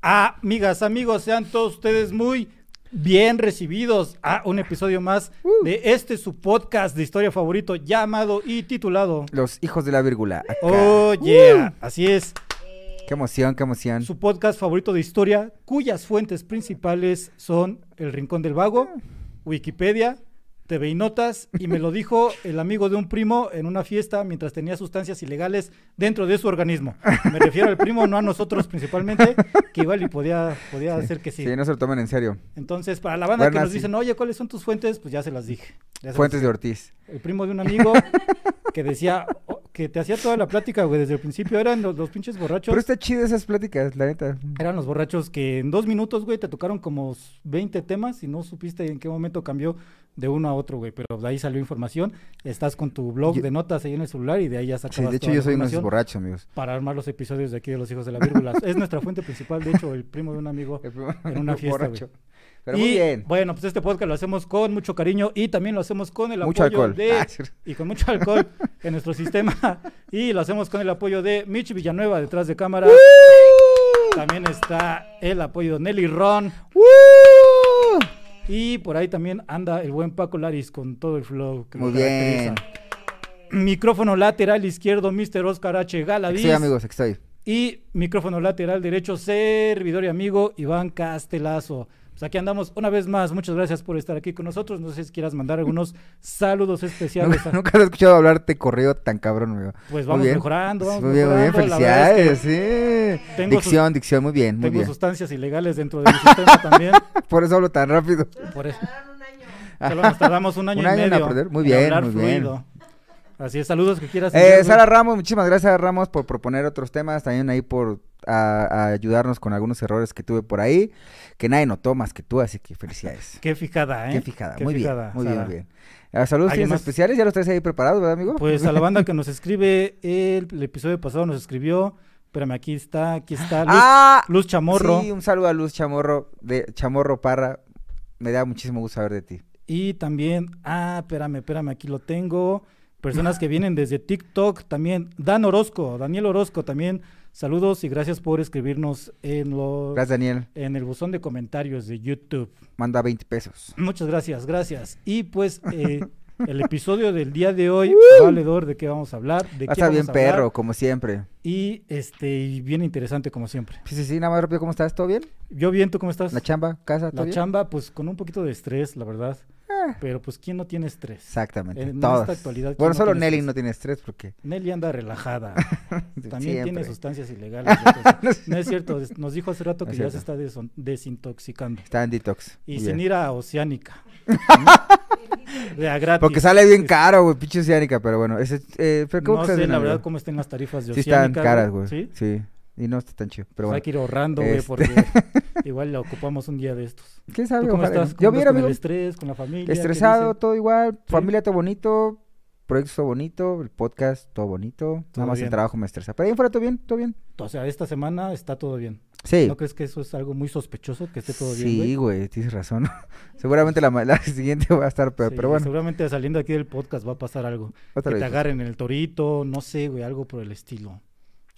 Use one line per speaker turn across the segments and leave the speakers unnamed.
Amigas, amigos, sean todos ustedes muy bien recibidos a un episodio más de este su podcast de historia favorito llamado y titulado
Los hijos de la vírgula. acá.
Oh yeah, así es,
Qué emoción, qué emoción.
su podcast favorito de historia cuyas fuentes principales son El Rincón del Vago, Wikipedia, TV y Notas y me lo dijo el amigo de un primo en una fiesta mientras tenía sustancias ilegales dentro de su organismo. Me refiero al primo, no a nosotros principalmente, que igual y podía, podía hacer que sí.
Sí, no se lo tomen en serio.
Entonces, para la banda
Bueno,
que nos
sí.
dicen, oye, ¿cuáles son tus fuentes? Pues ya se las dije. Ya se
Fuentes de
las
Ortiz.
dije. El primo de un amigo que decía, o- que te hacía toda la plática, güey, desde el principio eran los, los pinches borrachos.
Pero está chido esas pláticas, la neta.
Eran los borrachos que en dos minutos, güey, te tocaron como s- 20 temas y no supiste en qué momento cambió de uno a otro, güey. Pero de ahí salió información. Estás con tu blog
Yo-
de notas ahí en el celular y de ahí ya sacabas
Sí, de hecho
toda la
yo soy uno de esos
información
borrachos, amigos.
Para armar los episodios de aquí de Los Hijos de la Vírgula. es nuestra fuente principal, de hecho, el primo de un amigo.
El primer-
En una fiesta, güey.
borracho. Pero
Y,
muy bien.
Bueno, pues este podcast lo hacemos con mucho cariño y también lo hacemos con el
Mucho
apoyo
alcohol.
de
Ah, sí.
y con mucho alcohol en nuestro sistema y lo hacemos con el apoyo de Mitch Villanueva detrás de cámara. También está el apoyo de Nelly Ron
¡Woo!
y por ahí también anda el buen Paco Laris con todo el flow que lo
Muy
caracteriza.
bien.
Micrófono lateral izquierdo, Mr. Oscar H.
Aquí
Galaviz.
estoy, amigos, aquí estoy.
Y micrófono lateral derecho, servidor y amigo Iván Castelazo. Pues aquí andamos una vez más. Muchas gracias por estar aquí con nosotros. No sé si quieras mandar algunos saludos especiales.
Nunca,
a-
nunca lo he escuchado hablarte corrido tan cabrón, amigo.
Pues
Muy
vamos
bien.
mejorando, vamos
muy bien, muy bien,
mejorando, la verdad
felicidades, sí.
tengo sus-
Dicción, dicción, muy bien, muy
Tengo
bien.
sustancias ilegales dentro de mi sistema también.
Por eso hablo tan rápido.
Por eso. Solo
Ajá.
nos tardamos un año,
Un
y
año en
medio.
aprender. Muy
en
bien,
hablar
muy bien.
fluido. Así es, saludos que quieras.
Eh,
enviar, güey.
Sara Ramos, muchísimas gracias Sara Ramos por proponer otros temas, también ahí por a- a ayudarnos con algunos errores que tuve por ahí, que nadie notó más que tú, así que felicidades.
Qué fijada, ¿eh?
Qué fijada,
Qué
muy
fijada,
bien, muy
Sara.
bien, bien. Ah, saludos
¿Alguien
tienes
más?
especiales, ya los traes ahí preparados, ¿verdad, amigo?
Pues a la banda que nos escribe, el, el episodio pasado nos escribió. Espérame, aquí está, aquí está. Luz,
ah,
Luz Chamorro.
sí, un saludo a Luz Chamorro, de Chamorro Parra, me da muchísimo gusto saber de ti.
Y también, ah, espérame, espérame, aquí lo tengo. Personas que vienen desde TikTok también. Dan Orozco, Daniel Orozco también. Saludos y gracias por escribirnos en, los,
Gracias Daniel,
en el buzón de comentarios de YouTube.
manda 20 pesos.
Muchas gracias, gracias. Y pues eh, el episodio del día de hoy, valedor, ¿de qué vamos a hablar? ¿De
Va a
qué
estar
vamos
bien
a hablar?
perro, como siempre.
Y, este, y bien interesante como siempre.
Sí, sí, sí, nada más rápido, ¿cómo estás? ¿Todo bien?
Yo bien, ¿tú cómo estás?
¿La chamba? ¿Casa? ¿Todo
Pues, La
bien?
chamba, pues con un poquito de estrés, la verdad.
Ah.
Pero pues, ¿quién no tiene estrés?
Exactamente.
En esta
todos.
actualidad, ¿quién
bueno,
no
solo
tiene
Nelly
estrés?
no tiene estrés porque
Nelly anda relajada. También tiene
siempre.
sustancias ilegales. entonces, no es cierto, es- nos dijo hace rato
No
que
es
ya se
cierto.
está deson- desintoxicando.
está en detox.
Y
Muy
sin
bien.
ir a Oceánica. De a gratis.
Porque sale bien caro, güey, pinche oceánica, pero bueno. Ese, eh, pero ¿cómo
No
que está
sé,
bien,
la
amigo?
verdad, cómo estén las tarifas de
Sí están
Oceánica.
caras, güey.
Sí,
¿Sí? Y no está tan chido,
Pues
pero
hay
bueno.
que ir ahorrando, güey,
Este.
porque igual la ocupamos un día de estos.
¿Quién
¿Tú
sabe?
cómo
Ojalá.
estás? ¿Cómo
Yo
andas
bien,
con
amigo.
el estrés, con la familia? ¿Qué
Estresado,
dicen?
todo igual.
Sí.
Familia, todo bonito. Proyectos, todo bonito. El podcast, todo bonito.
Todo
Nada más
bien.
el trabajo me estresa. Pero ahí fuera, todo bien, todo bien.
O sea, esta semana está todo bien.
Sí.
¿No crees que eso es algo muy sospechoso, que esté todo bien,
sí, güey, tienes razón. Seguramente la, ma- la siguiente va a estar peor,
Sí,
pero bueno.
Seguramente saliendo aquí del podcast va a pasar algo. que
otra
te
vez.
agarren el torito, no sé, güey, algo por el estilo.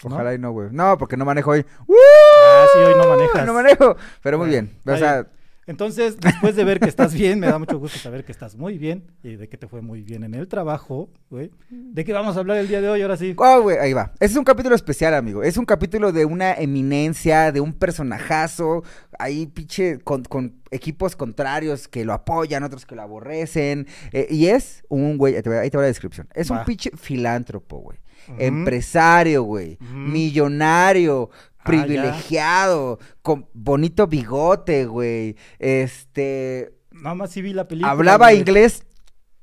¿no?
Ojalá y no, güey. No, porque no manejo hoy.
Ah, sí, hoy no manejas.
No manejo. Pero muy
Bueno,
bien. O
está
sea,
Entonces, después de ver que estás bien, me da mucho gusto saber que estás muy bien y de que te fue muy bien en el trabajo, güey. ¿De qué vamos a hablar el día de hoy? Ahora sí.
ah, güey, ahí va. Este es un capítulo especial, amigo. Es un capítulo de una eminencia, de un personajazo. Ahí, pinche, con, con equipos contrarios que lo apoyan, otros que lo aborrecen. eh, y es un güey, ahí te va ahí te va la descripción. Es
Va.
un pinche filántropo, güey.
Ujú.
Empresario, güey.
Ujú. Ah,
Millonario.
ya.
Privilegiado. Con bonito bigote, güey. Este.
Nada más sí vi la película.
Hablaba
güey.
inglés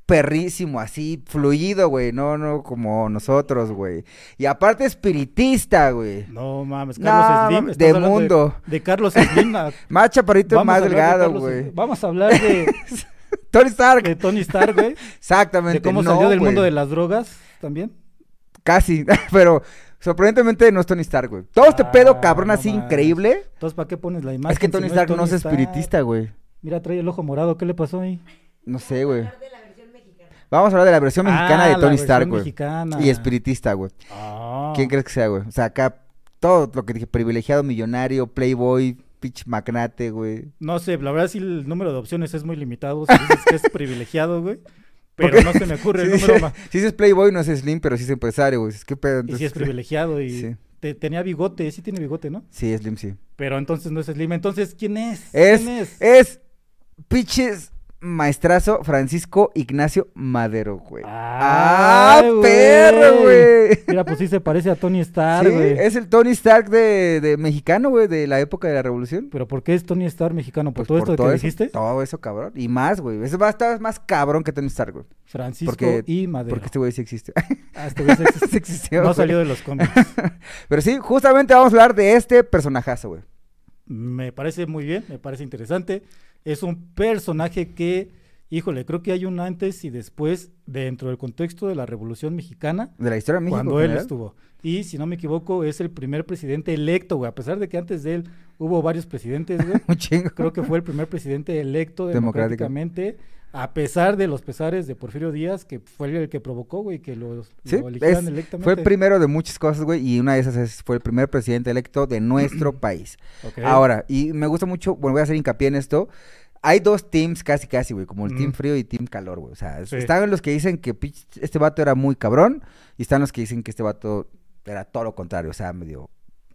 perrísimo, así, fluido, güey. No, no, como nosotros, güey. Y aparte espiritista, güey.
No mames,
No,
Carlos Slim.
mames,
estás
de
hablando
mundo.
De, Carlos Slim. ah,
Más chaparrito,
vamos a
más
hablar de
delgado,
Carlos Slim.
güey.
Vamos a hablar de,
Tony Stark.
de Tony Stark, güey.
Exactamente.
De cómo
no,
salió del mundo
güey.
de las drogas también.
Casi, pero sorprendentemente no es Tony Stark, güey. Todo este
Ah,
pedo cabrón
no
así
mames.
increíble.
Entonces, ¿para qué pones la imagen?
es que
si
Tony Stark no es
Tony Stark?
espiritista, güey.
Mira, trae el ojo morado. ¿Qué le pasó ahí?
No sé, güey. Vamos a hablar de la versión mexicana
Ah,
de
la
Tony
versión
Stark, güey.
mexicana.
Y espiritista, güey.
Ah.
¿Quién crees que sea, güey? O sea, acá todo lo que dije, privilegiado, millonario, playboy, pitch magnate, güey.
No sé, la verdad sí el número de opciones es muy limitado. Si dices que es privilegiado, güey. Pero no se me ocurre el
si,
número
dices,
más.
si dices playboy, no es slim, pero sí es empresario, güey. Dices, ¿Qué
Y si
pedo? Entonces,
es privilegiado y
Sí.
te- tenía bigote, sí tiene bigote, ¿no?
Sí, es slim, sí.
Pero entonces no es Slim. Entonces, ¿quién es?
Es,
¿Quién
es?
es?
pinches maestrazo Francisco Ignacio Madero, güey.
Ay,
¡Ah, perro, güey!
Mira, pues sí se parece a Tony Stark,
Sí,
Ah, güey.
es el Tony Stark de, de mexicano, güey, de la época de la revolución.
Pero ¿por qué es Tony Stark mexicano? ¿Por
Pues
todo esto que
eso,
dijiste?
Todo eso, cabrón. Y más, güey. Eso va a estar más cabrón que Tony Stark, güey.
Francisco
porque-
y Madero.
Porque este güey sí existe.
Ah, este güey sí existe.
sí existió,
no
güey.
salió de los cómics.
Pero sí, justamente vamos a hablar de este personajazo, güey.
me parece muy bien, me parece interesante. Es un personaje que, híjole, creo que hay un antes y después dentro del contexto de la Revolución Mexicana.
De la historia de México.
cuando
en
él
general.
estuvo. Y si no me equivoco, es el primer presidente electo, güey. A pesar de que antes de él hubo varios presidentes, güey.
Un chingo.
creo que fue el primer presidente electo
Democrático.
democráticamente, a pesar de los pesares de Porfirio Díaz, que fue el que provocó, güey, que los,
Sí,
lo eligieran
es-
electamente.
fue primero de muchas cosas, güey, y una de esas es, fue el primer presidente electo de nuestro país.
Ok.
Ahora, y me gusta mucho, bueno, voy a hacer hincapié en esto. Hay dos teams casi, casi, güey, como el Team
Ujú.
Frío y Team Calor, güey. O sea, es-
Mm. Sí.
están los que dicen que pich- este vato era muy cabrón y están los que dicen que este vato era todo lo contrario, o sea, medio,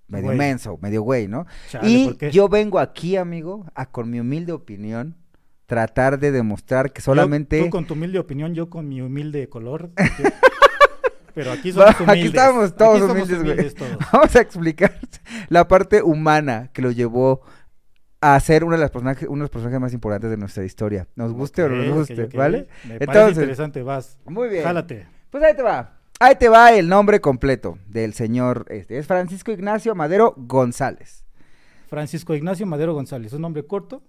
medio
Güey.
menso, medio güey, ¿no?
Chale, ¿por
y
qué?
yo vengo aquí, amigo, a con mi humilde opinión tratar de demostrar que
Yo-
solamente...
tú con tu humilde opinión, yo con mi humilde color. yo- Pero aquí somos
Va,
humildes.
Aquí estamos todos
somos
humildes, güey.
todos.
Vamos a explicar la parte humana que lo llevó a ser uno de, las personajes, uno de los personajes más importantes de nuestra historia. Nos guste o no
Ok,
nos
ok,
guste,
ok.
¿vale?
Me parece
Entonces-
interesante, vas.
Muy bien.
Jálate.
Pues ahí te va. Ahí te va el nombre completo del señor este. Es Francisco Ignacio Madero González.
Francisco Ignacio Madero González, un nombre corto,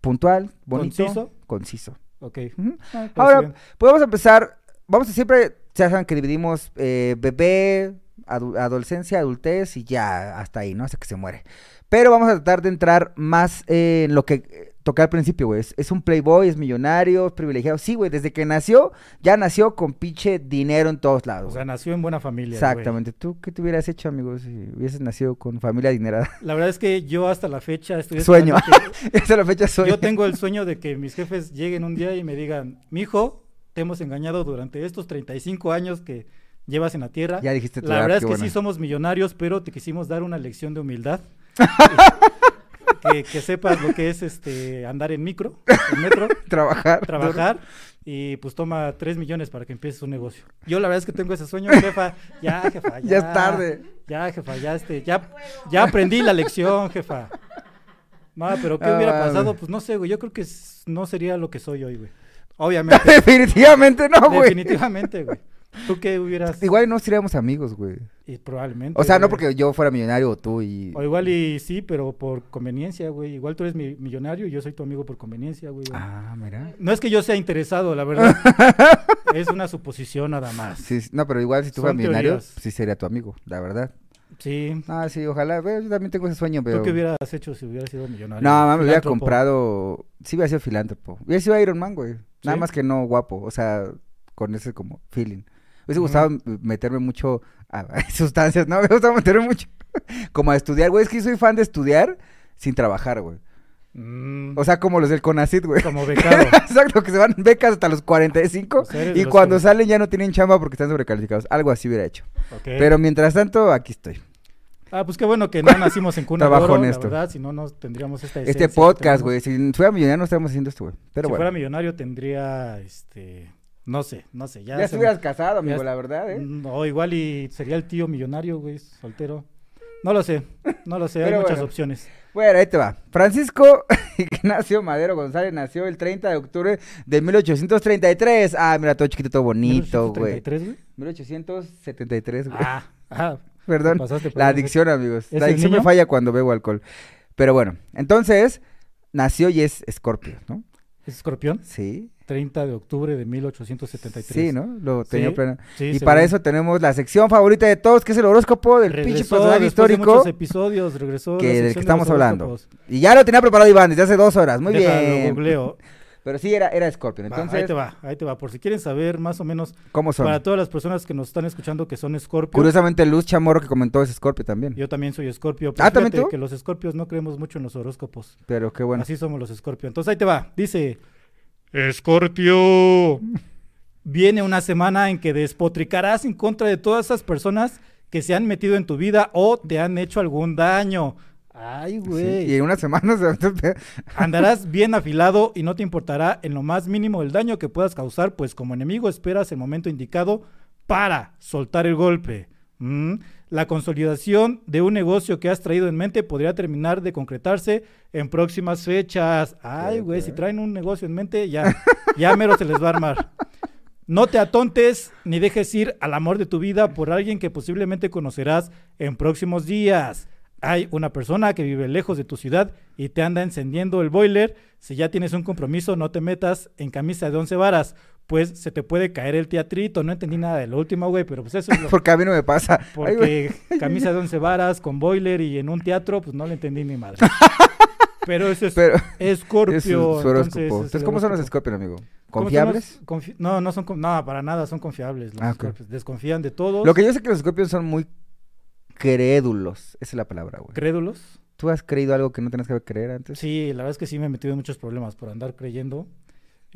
Puntual, bonito.
Conciso.
Conciso.
ok.
Ujú.
Ah, parece
Ahora,
bien.
pues vamos a empezar. Vamos a siempre, ya saben que dividimos eh, bebé, adu- adolescencia, adultez y ya hasta ahí, ¿no? Hasta que se muere. Pero vamos a tratar de entrar más eh, en lo que eh, toqué al principio, güey. Es, es un playboy, es millonario, es privilegiado. Sí, güey, desde que nació, ya nació con pinche dinero en todos lados.
O
güey.
sea, nació en buena familia. el güey.
Exactamente. ¿Tú qué te hubieras hecho, amigos, si hubieses nacido con familia adinerada?
La verdad es que yo hasta la fecha estoy
Sueño.
esperando que-
Esa es la fecha soy.
yo tengo el sueño de que mis jefes lleguen un día y me digan, mijo, te hemos engañado durante estos 35 años que llevas en la tierra.
Ya dijiste tu
la
edad,
verdad es
Este, qué
que sí
bueno.
somos millonarios, pero te quisimos dar una lección de humildad. que, que sepas lo que es este andar en micro, en metro.
Trabajar.
trabajar y pues toma 3 millones para que empieces un negocio. Yo la verdad es que tengo ese sueño, jefa. Ya, jefa, ya.
Ya es tarde.
Ya, jefa, ya este, ya, ya aprendí la lección, jefa. No, pero ¿qué
Ah,
hubiera
mames.
pasado? Pues no sé, güey. Yo creo que s- no sería lo que soy hoy, güey. Obviamente.
Definitivamente no, güey.
definitivamente, güey. ¿Tú qué hubieras?
Igual y no seríamos amigos, güey.
Y probablemente.
O sea, no
güey.
porque yo fuera millonario o tú y...
O igual y sí, pero por conveniencia, güey. Igual tú eres mi millonario y yo soy tu amigo por conveniencia, güey.
Ah, mira.
No es que yo sea interesado, la verdad. es una suposición nada más.
Sí, sí, no, pero igual si tú fueras
Son
millonario,
teorías.
sí sería tu amigo, la verdad.
Sí.
Ah, sí, ojalá. Bueno, yo también tengo ese sueño, pero...
¿Tú qué hubieras hecho si hubieras sido millonario?
No, mames, hubiera
Filántropo.
comprado... Sí hubiera sido filántropo. Hubiera sido Iron Man, güey. Nada
¿Sí?
más que no guapo, o sea, con ese como feeling. Me hubiese
Ujú.
gustado m- meterme mucho a a sustancias, ¿no? Me gustaba meterme mucho como a estudiar, güey. Es que yo soy fan de estudiar sin trabajar, güey.
Mm,
O sea, como los del Conacid, güey.
como becado.
Exacto, que se van becas hasta los 45
O sea, eres de
y
los
cuando
que-
salen ya no tienen chamba porque están sobrecalificados. Algo así hubiera hecho.
Ok.
Pero mientras tanto, aquí estoy.
Ah, pues qué bueno que no nacimos en cuna
Trabajo
de oro,
honesto.
la verdad, si no, no tendríamos esta esencia
Este
que tenemos.
podcast, güey, si fuera millonario no estaríamos haciendo esto, güey. Pero
si
bueno.
fuera millonario tendría, este, no sé, no sé, ya...
Ya
se
estuvieras
me-
casado, amigo,
ya- Mm.
la verdad, ¿eh?
No, igual y sería el tío millonario, güey, soltero. No lo sé, no lo sé, hay
Pero
muchas
bueno.
opciones.
Bueno, ahí te va. Francisco Ignacio Madero González nació el 30 de octubre de 1833. Ah, mira, todo chiquito, todo bonito, güey.
1833, güey.
1873, güey.
Ah, ah,
Perdón.
te pasaste por
La
ahí,
adicción, amigos.
¿Es
La
el
adicción me
niño?
falla cuando bebo alcohol. Pero bueno, entonces nació y es escorpio, ¿no?
güey. Escorpión,
Sí.
30 de octubre de 1873.
Sí, ¿no? Lo tenía
Sí,
plena.
sí,
y
según-
para eso tenemos la sección favorita de todos, que es el horóscopo del pinche
Regresó después
personaje
de
histórico
muchos episodios, regresó. la
que del
sección
que
de
estamos
los
hablando.
horóscopos.
Y ya lo tenía preparado Iván desde hace dos horas. Muy
Déjalo,
bien.
googleo.
Pero sí, era, era Scorpion.
Va, ahí
Entonces,
te va, ahí te va. Por si quieren saber más o menos
¿cómo son?
para todas las personas que nos están escuchando que son Scorpio.
Curiosamente, Luz Chamorro que comentó es Scorpio también.
Yo también soy Scorpio.
Ah, ¿también
fíjate
tú?
que los Scorpios no creemos mucho en los horóscopos.
Pero qué bueno.
Así somos los Scorpio. Entonces ahí te va. Dice: Scorpio. Viene una semana en que despotricarás en contra de todas esas personas que se han metido en tu vida o te han hecho algún daño. Ay,
Sí,
güey.
Y en una semana se
Andarás bien afilado y no te importará en lo más mínimo el daño que puedas causar, pues como enemigo esperas el momento indicado para soltar el golpe. Mm. La consolidación de un negocio que has traído en mente podría terminar de concretarse en próximas fechas. Ay,
Ok,
güey,
ok.
si traen un negocio en mente, ya, ya mero se les va a armar. No te atontes ni dejes ir al amor de tu vida por alguien que posiblemente conocerás en próximos días. Hay una persona que vive lejos de tu ciudad y te anda encendiendo el boiler. Si ya tienes un compromiso, no te metas en camisa de once varas, pues se te puede caer el teatrito. No entendí nada de lo último, güey, pero pues eso es lo
Porque a mí no me pasa. Ay, güey.
porque camisa de once varas con boiler y en un teatro, pues no le entendí ni madre. Pero eso es
Pero
Escorpio.
es su, su horóscopo.
entonces, es
Entonces,
el
¿cómo son los
horóscopo.
Scorpio, amigo?
¿Cómo son
¿Confiables?
los confi- no, no son con- no, para nada, son confiables los
Ah, ok.
Scorpios. Desconfían de todos.
Lo que yo sé que los Scorpios son muy crédulos. Esa es la palabra, güey.
crédulos.
¿Tú has creído algo que no tenías que creer antes?
Sí, la verdad es que sí me he metido en muchos problemas por andar creyendo.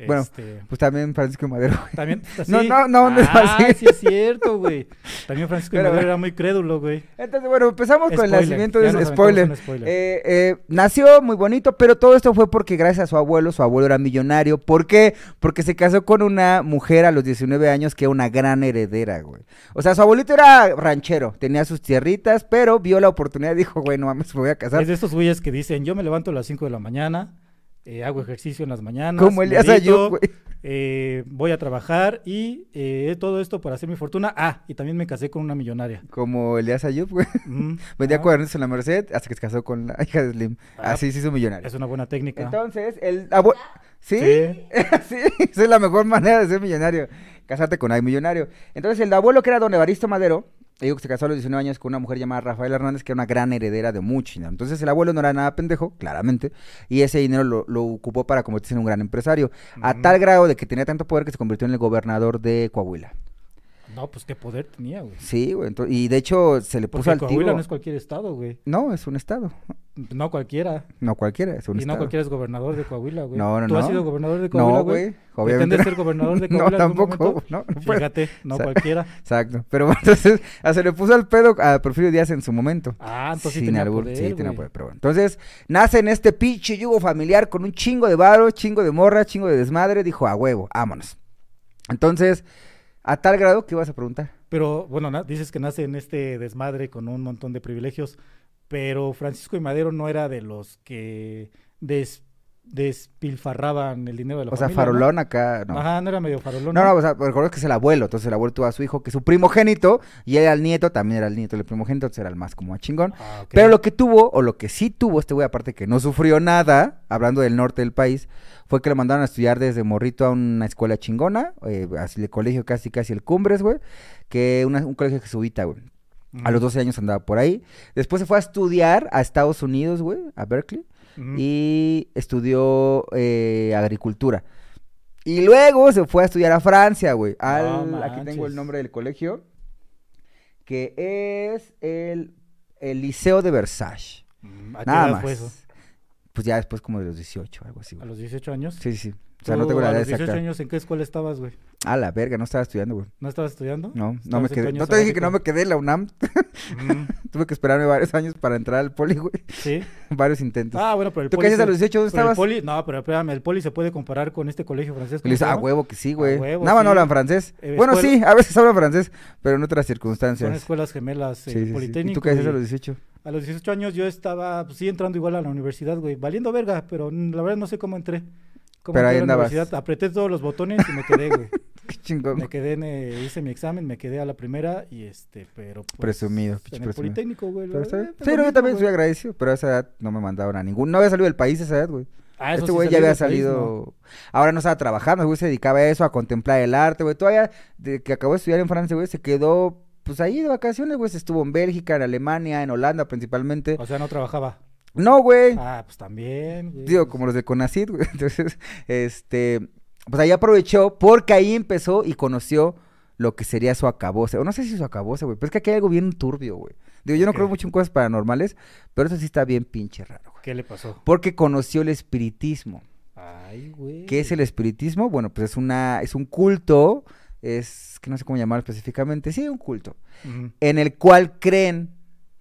Bueno.
Este,
Pues también Francisco Madero. güey.
también pues,
No,
sí.
no, no, no es
Ah,
así.
sí es cierto, güey. También Francisco
Pero,
Madero
bueno.
era muy crédulo, güey.
Entonces, bueno, empezamos con el
Spoiler,
nacimiento
ya
de
nos aventamos
spoiler.
un spoiler.
Eh, eh, nació muy bonito, pero todo esto fue porque gracias a su abuelo, su abuelo era millonario. ¿Por qué? Porque se casó con una mujer a los 19 años que era una gran heredera, güey. O sea, su abuelito era ranchero, tenía sus tierritas, pero vio la oportunidad y dijo, güey, no mames, me voy a casar.
Es de estos güeyes que dicen, yo me levanto a las 5 de la mañana, eh, hago ejercicio en las mañanas,
Como Elías Ayub,
medito,
güey.
eh, voy a trabajar y eh, todo esto para hacer mi fortuna. Ah, y también me casé con una millonaria.
Como Elías Ayub, güey.
Mm,
Vendía
ah,
cuadernos en la Merced hasta que se casó con la hija de Slim.
Ah,
Así se hizo millonario.
Es una buena técnica.
Entonces, el abuelo... ¿Sí? sí, esa es la mejor manera de ser millonario. Casarte con alguien millonario. Entonces, el abuelo que era don Evaristo Madero, te digo que se casó a los 19 años con una mujer llamada Rafaela Hernández, que era una gran heredera de mucho dinero. Entonces, el abuelo no era nada pendejo, claramente, y ese dinero lo, lo ocupó para convertirse en un gran empresario. A
Ujú.
tal grado de que tenía tanto poder que se convirtió en el gobernador de Coahuila.
No, pues qué poder tenía, güey.
Sí, güey. ento- y de hecho, se le puso
Porque
al
Coahuila
tiro.
no es cualquier estado, güey.
No, es un estado.
No cualquiera.
No cualquiera, es un
Y
estado.
no cualquiera es gobernador de Coahuila, güey.
No, no,
¿Tú has
no.
sido gobernador de Coahuila,
No,
güey?
güey. Obviamente.
¿Pretendes ser gobernador de Coahuila
No,
en algún
tampoco.
momento? Pues
No, no puedo.
Fíjate, no
O sea,
cualquiera.
Exacto. Pero bueno, entonces ah, se le puso al pedo a Porfirio Díaz en su momento.
Ah, entonces sí
Sin
tenía
albur,
poder,
sí, tenía
güey.
poder, pero bueno. Entonces, nace en este pinche yugo familiar con un chingo de varo, chingo de morra, chingo de desmadre. Dijo, a huevo, vámonos. Entonces, a tal grado, ¿qué ibas a preguntar?
Pero bueno, na- dices que nace en este desmadre con un montón de privilegios, pero Francisco y Madero no era de los que des- despilfarraban el dinero de la
o sea,
familia, ¿no?
farolón acá, no.
Ajá, Pues no era medio farolón.
No, no, o sea, recuerdo que es el abuelo, entonces el abuelo tuvo a su hijo, que es su primogénito, y él era el nieto, también era el nieto del primogénito, entonces era el más como a chingón.
Ah, ok.
Pero lo que tuvo, o lo que sí tuvo este güey, aparte que no sufrió nada, hablando del norte del país, fue que lo mandaron a estudiar desde morrito a una escuela chingona, eh, así el colegio casi casi el Cumbres, güey, que una- un colegio jesuita, güey.
Mm.
A los 12 años andaba por ahí. Después se fue a estudiar a Estados Unidos, güey, a Berkeley,
Ujú.
y estudió eh, agricultura. Y luego se fue a estudiar a Francia, güey. al-
No
aquí tengo el
manches.
nombre del colegio, que es el, el Liceo de Versailles.
Mm, ¿a qué
Nada
edad
más.
fue eso?
Pues ya después como de los 18 o algo así,
¿A
güey.
los 18 años?
Sí, sí. sí. O sea, no
Tú,
tengo la
¿A
edad
los 18
exacta.
años en qué escuela estabas, güey?
A la verga, no estaba estudiando, güey.
¿No estabas estudiando?
No, no
Estabas
me
en tu
quedé.
año
No te dije que no me
sabático.
quedé en la UNAM.
Mm,
Tuve que esperarme varios años para entrar al poli, güey.
sí.
Varios intentos.
Ah, bueno, pero el
¿Tú
poli
qué haces a
se-
los 18? ¿Dónde
pero el
estabas?
poli- no, pero espérame, el poli se puede comparar con este colegio francés.
Le
¿cómo se
dices, ah,
llama?
huevo que sí,
A
güey.
huevo,
Nada más no
sí.
hablan francés.
Eh,
bueno,
escuela-
sí, a veces hablan francés, pero en otras
Son
circunstancias.
escuelas gemelas, eh,
Sí, sí, sí. ¿Y
Politécnico.
tú qué haces a
y-
los 18?
A los 18 años yo estaba, pues, sí, entrando igual a la universidad, güey, valiendo verga, pero mm, la verdad no sé cómo entré. ¿Cómo
Pero ahí
entré a la
andabas.
universidad? Apreté todos los botones y me quedé, güey.
Qué chingón.
me quedé, en, eh, hice mi examen, me quedé a la primera y este, pero pues,
Presumido, pinche
En el
presumido.
Politécnico, güey.
Pero
la
está bien.
verdad, me
Sí, no,
Eh, lo
yo
mismo,
también
güey.
estoy agradecido, pero a esa edad no me mandaron a ningún. No había salido del país a esa edad, güey.
Ah, eso
Este
sí
güey
salí
ya había
del país, ¿no?
salido. Ahora no estaba trabajando, güey, se dedicaba a eso, a contemplar el arte, güey. Todavía, de que acabó de estudiar en Francia, güey, se quedó,
Ah.
pues ahí de vacaciones, güey. Se estuvo en Bélgica, en Alemania, en Holanda principalmente.
O sea, no trabajaba.
No, güey.
Ah, pues también. pues,
Digo, como los de Conacid, güey. Entonces, este, pues ahí aprovechó porque ahí empezó y conoció lo que sería su acabose. O no sé si su acabose, güey, pero es que aquí hay algo bien turbio, güey. Digo, yo no creo
Ok.
mucho en cosas paranormales, pero eso sí está bien pinche raro, güey.
¿Qué le pasó?
Porque conoció el espiritismo.
Ay, güey.
¿Qué es el espiritismo? Bueno, pues es una, es un culto, es que no sé cómo llamarlo específicamente, sí, un culto,
Ujú.
en el cual creen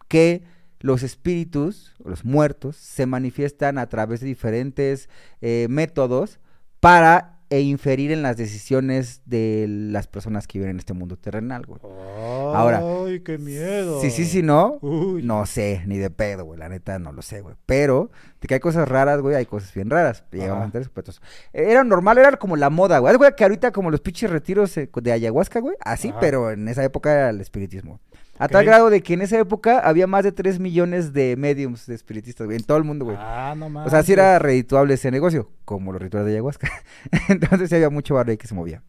que los espíritus, o los muertos, se manifiestan a través de diferentes eh, métodos para e inferir en las decisiones de las personas que viven en este mundo terrenal, güey. Ahora,
Ay, qué miedo.
Sí, sí, sí, no.
Uy.
No sé, ni de pedo, güey. La neta, no lo sé, güey. Pero, de que hay cosas raras, güey, hay cosas bien raras. Llegamos
Ajá.
a tener supuestos. Era normal, era como la moda, güey. Haz de cuenta que ahorita, como los pinches retiros eh, de ayahuasca, güey. Así,
Ajá.
pero en esa época era el espiritismo. A
Ok.
tal grado de que en esa época había más de 3 millones de mediums de espiritistas, güey, en todo el mundo, güey.
Ah, no mames.
o sea, sí era redituable ese negocio, como los rituales de ayahuasca. Entonces, sí había mucho barrio ahí que se movía.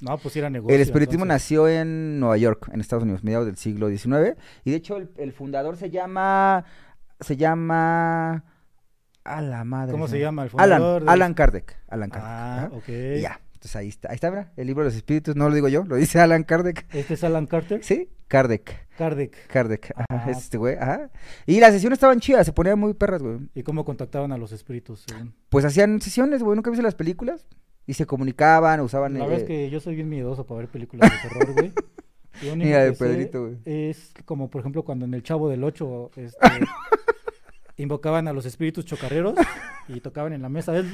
No, pues sí era negocio.
El espiritismo
entonces.
nació en Nueva York, en Estados Unidos, mediados del siglo XIX. Y de hecho, el, el fundador se llama. Se llama. A la madre.
¿Cómo se llama el fundador
Alan,
de- este-
Alan Kardec. Alan Kardec.
Ah,
ajá.
ok.
Y ya. Entonces ahí está. Ahí está, ¿verdad? El libro de los espíritus, no lo digo yo, lo dice Alan Kardec.
¿Este es Alan Carter?
Sí, Kardec.
Kardec.
Kardec. ajá,
Ah.
es este güey. Ajá. Y las sesiones estaban chidas, se ponían muy perras, güey.
¿Y cómo contactaban a los espíritus? según?
Pues hacían sesiones, güey. Nunca viste las películas. Y se comunicaban, usaban.
La verdad
eh,
es que yo soy bien miedoso para ver películas de terror, güey. Lo único
Mira, de
que sé
Pedrito, güey.
Es como, por ejemplo, cuando en El Chavo del Ocho este, invocaban a los espíritus chocarreros y tocaban en la mesa. Es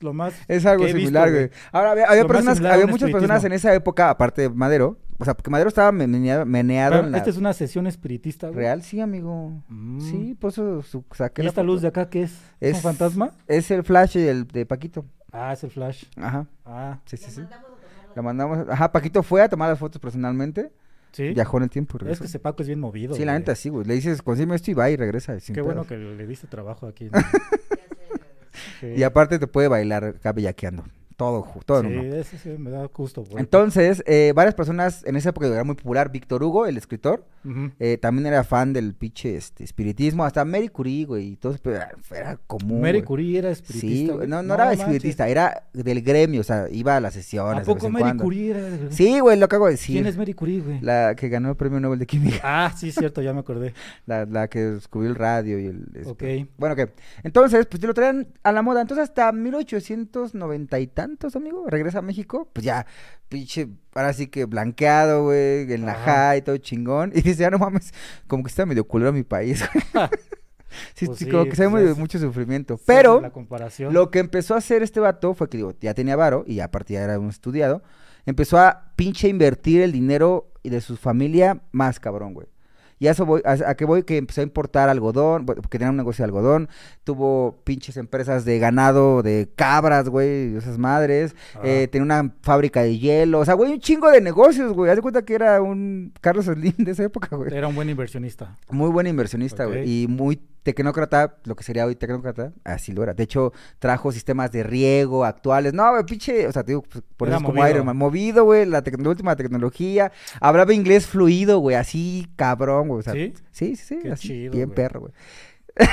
lo más...
Es algo
que he visto,
similar, güey.
güey.
Ahora, había, había
Lo más
personas,
similar a
había
un
muchas personas en esa época, aparte de Madero. O sea, porque Madero estaba menea- meneado
Pero
en la...
Esta es una sesión espiritista, güey.
Real, sí, amigo.
Mm.
Sí, por eso su- saqué
¿Y
la
esta
foto.
luz de acá qué es? ¿Es, un
Es-
fantasma?
Es el flash y el de Paquito.
Ah, es el Flash.
Ajá,
Ah,
sí, sí, sí. La mandamos... Ajá, Paquito fue a tomar las fotos personalmente.
¿sí.
Viajó en el tiempo. y
es que
regresó.
ese Paco es bien movido.
Sí, la
güey.
neta, sí, güey. Le dices, consígueme esto y va y regresa. sin
Qué bueno
pedos.
que le diste trabajo aquí.
Y aparte te puede bailar acá bellaqueando. Todo, ju- todo en
Sí,
uno.
eso sí me da gusto. güey.
Entonces, eh, varias personas en esa época era muy popular. Víctor Hugo, el escritor,
Ujú.
Eh, también era fan del pinche este, espiritismo, hasta Mary Curie, güey, y todo, pero era, era común.
Mary
güey.
Curie era espiritista.
Sí, güey,
güey.
no, no, era
manches.
espiritista, era del gremio, o sea, iba a las
¿A
sesiones. de vez
poco
en
Mary
cuando.
Curie era? de-
Sí, güey, lo acabo de decir.
¿Quién es Mary Curie, güey?
La que ganó el premio Nobel de Química,
Ah, sí, cierto, ya me acordé.
la, la que descubrió el radio y el. este,
Ok.
Bueno, que. Entonces, pues te lo traían a la moda. Entonces, hasta 1890 y tantos, amigo, regresa a México, pues ya, pinche, ahora sí que blanqueado, güey, en la
Ajá.
high, todo chingón. Y dice, ya no mames, como que está medio culero mi país, güey. sí,
Pues
sí,
sí,
como que se
pues
ve
es-
mucho sufrimiento.
Sí,
Pero,
La comparación.
lo que empezó a hacer este vato fue que, digo, ya tenía varo y aparte ya era un estudiado. Empezó a pinche invertir el dinero y de su familia más cabrón, güey. Y a eso voy, a, a que voy que empezó a importar algodón, bu- porque tenía un negocio de algodón, tuvo pinches empresas de ganado, de cabras, güey, esas madres,
Ah.
eh, tenía una fábrica de hielo, o sea, güey, un chingo de negocios, güey. Haz de cuenta que era un Carlos Slim de esa época, güey.
Era un buen inversionista.
Muy buen inversionista, güey.
Ok.
Y muy tecnócrata, lo que sería hoy tecnócrata, así lo era. De hecho, trajo sistemas de riego actuales. No, güey, pinche, o sea, te digo, pues, por
Era
eso es como
movido.
Iron Man. Movido, güey, la, tec- la última tecnología. Hablaba inglés fluido, güey, así cabrón, güey. O sea,
¿Sí?
sí, sí, sí,
Qué
así,
chido,
bien
güey.
perro, güey.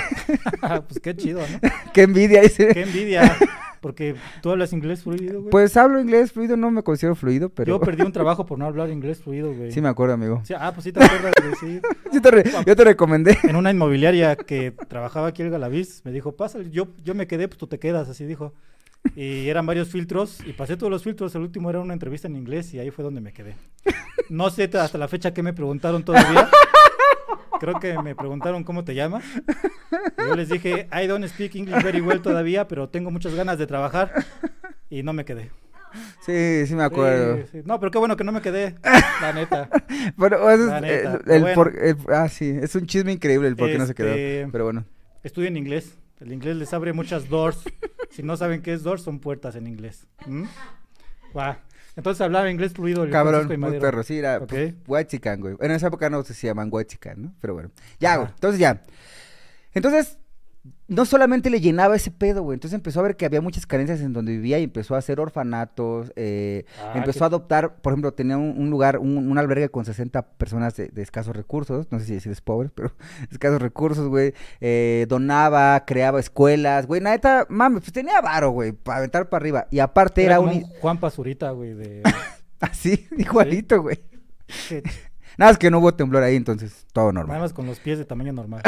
Ah, pues qué chido, ¿no?
Qué envidia ese.
Qué envidia. Porque tú hablas inglés fluido, güey.
Pues hablo inglés fluido, no me considero fluido, pero
Yo perdí un trabajo por no hablar inglés fluido, güey.
sí me acuerdo, amigo.
Sí, ah, pues sí te acuerdas, güey, sí.
Yo, te re- yo te recomendé.
En una inmobiliaria que trabajaba aquí el Galaviz, me dijo, pásale, yo, yo me quedé, pues tú te quedas, así dijo. Y eran varios filtros, y pasé todos los filtros, el último era una entrevista en inglés, y ahí fue donde me quedé. No sé t- hasta la fecha que me preguntaron todavía. Creo que me preguntaron cómo te llamas. Y Yo les dije, I don't speak English very well todavía, pero tengo muchas ganas de trabajar. Y no me quedé.
Sí, sí me acuerdo.
Sí, sí. No, pero qué bueno que no me quedé, la neta.
Bueno, o sea,
La
es-
neta,
el-
pero
el
bueno.
por- el- ah, sí, es un chisme increíble el por qué no se
Este,
quedó. Pero bueno.
Estudien inglés. El inglés les abre muchas doors. Si no saben qué es doors, son puertas en inglés. ¿Mm? Va. Entonces hablaba inglés fluido el
Cabrón,
Francisco y
muy
Madero.
perro, sí, era pues,
Ok.
Huachican, güey. En esa época no se llaman Huachican, ¿no? Pero bueno, ya,
Ajá.
güey. Entonces ya. Entonces, no solamente le llenaba ese pedo, güey. Entonces empezó a ver que había muchas carencias en donde vivía y empezó a hacer orfanatos. eh,
Ah,
empezó
qué-
a adoptar, por ejemplo, tenía un, un lugar, un, un albergue con 60 personas de, de escasos recursos. No sé si decir es pobre, pero escasos recursos, güey. eh, donaba, creaba escuelas, güey. Neta, mames, pues tenía varo, güey, para aventar para arriba. Y aparte era,
Era
un.
como Juan Pazurita, güey, de...
Así, igualito, güey.
que-
Nada más que no hubo temblor ahí, entonces todo normal.
Nada más con los pies de tamaño normal.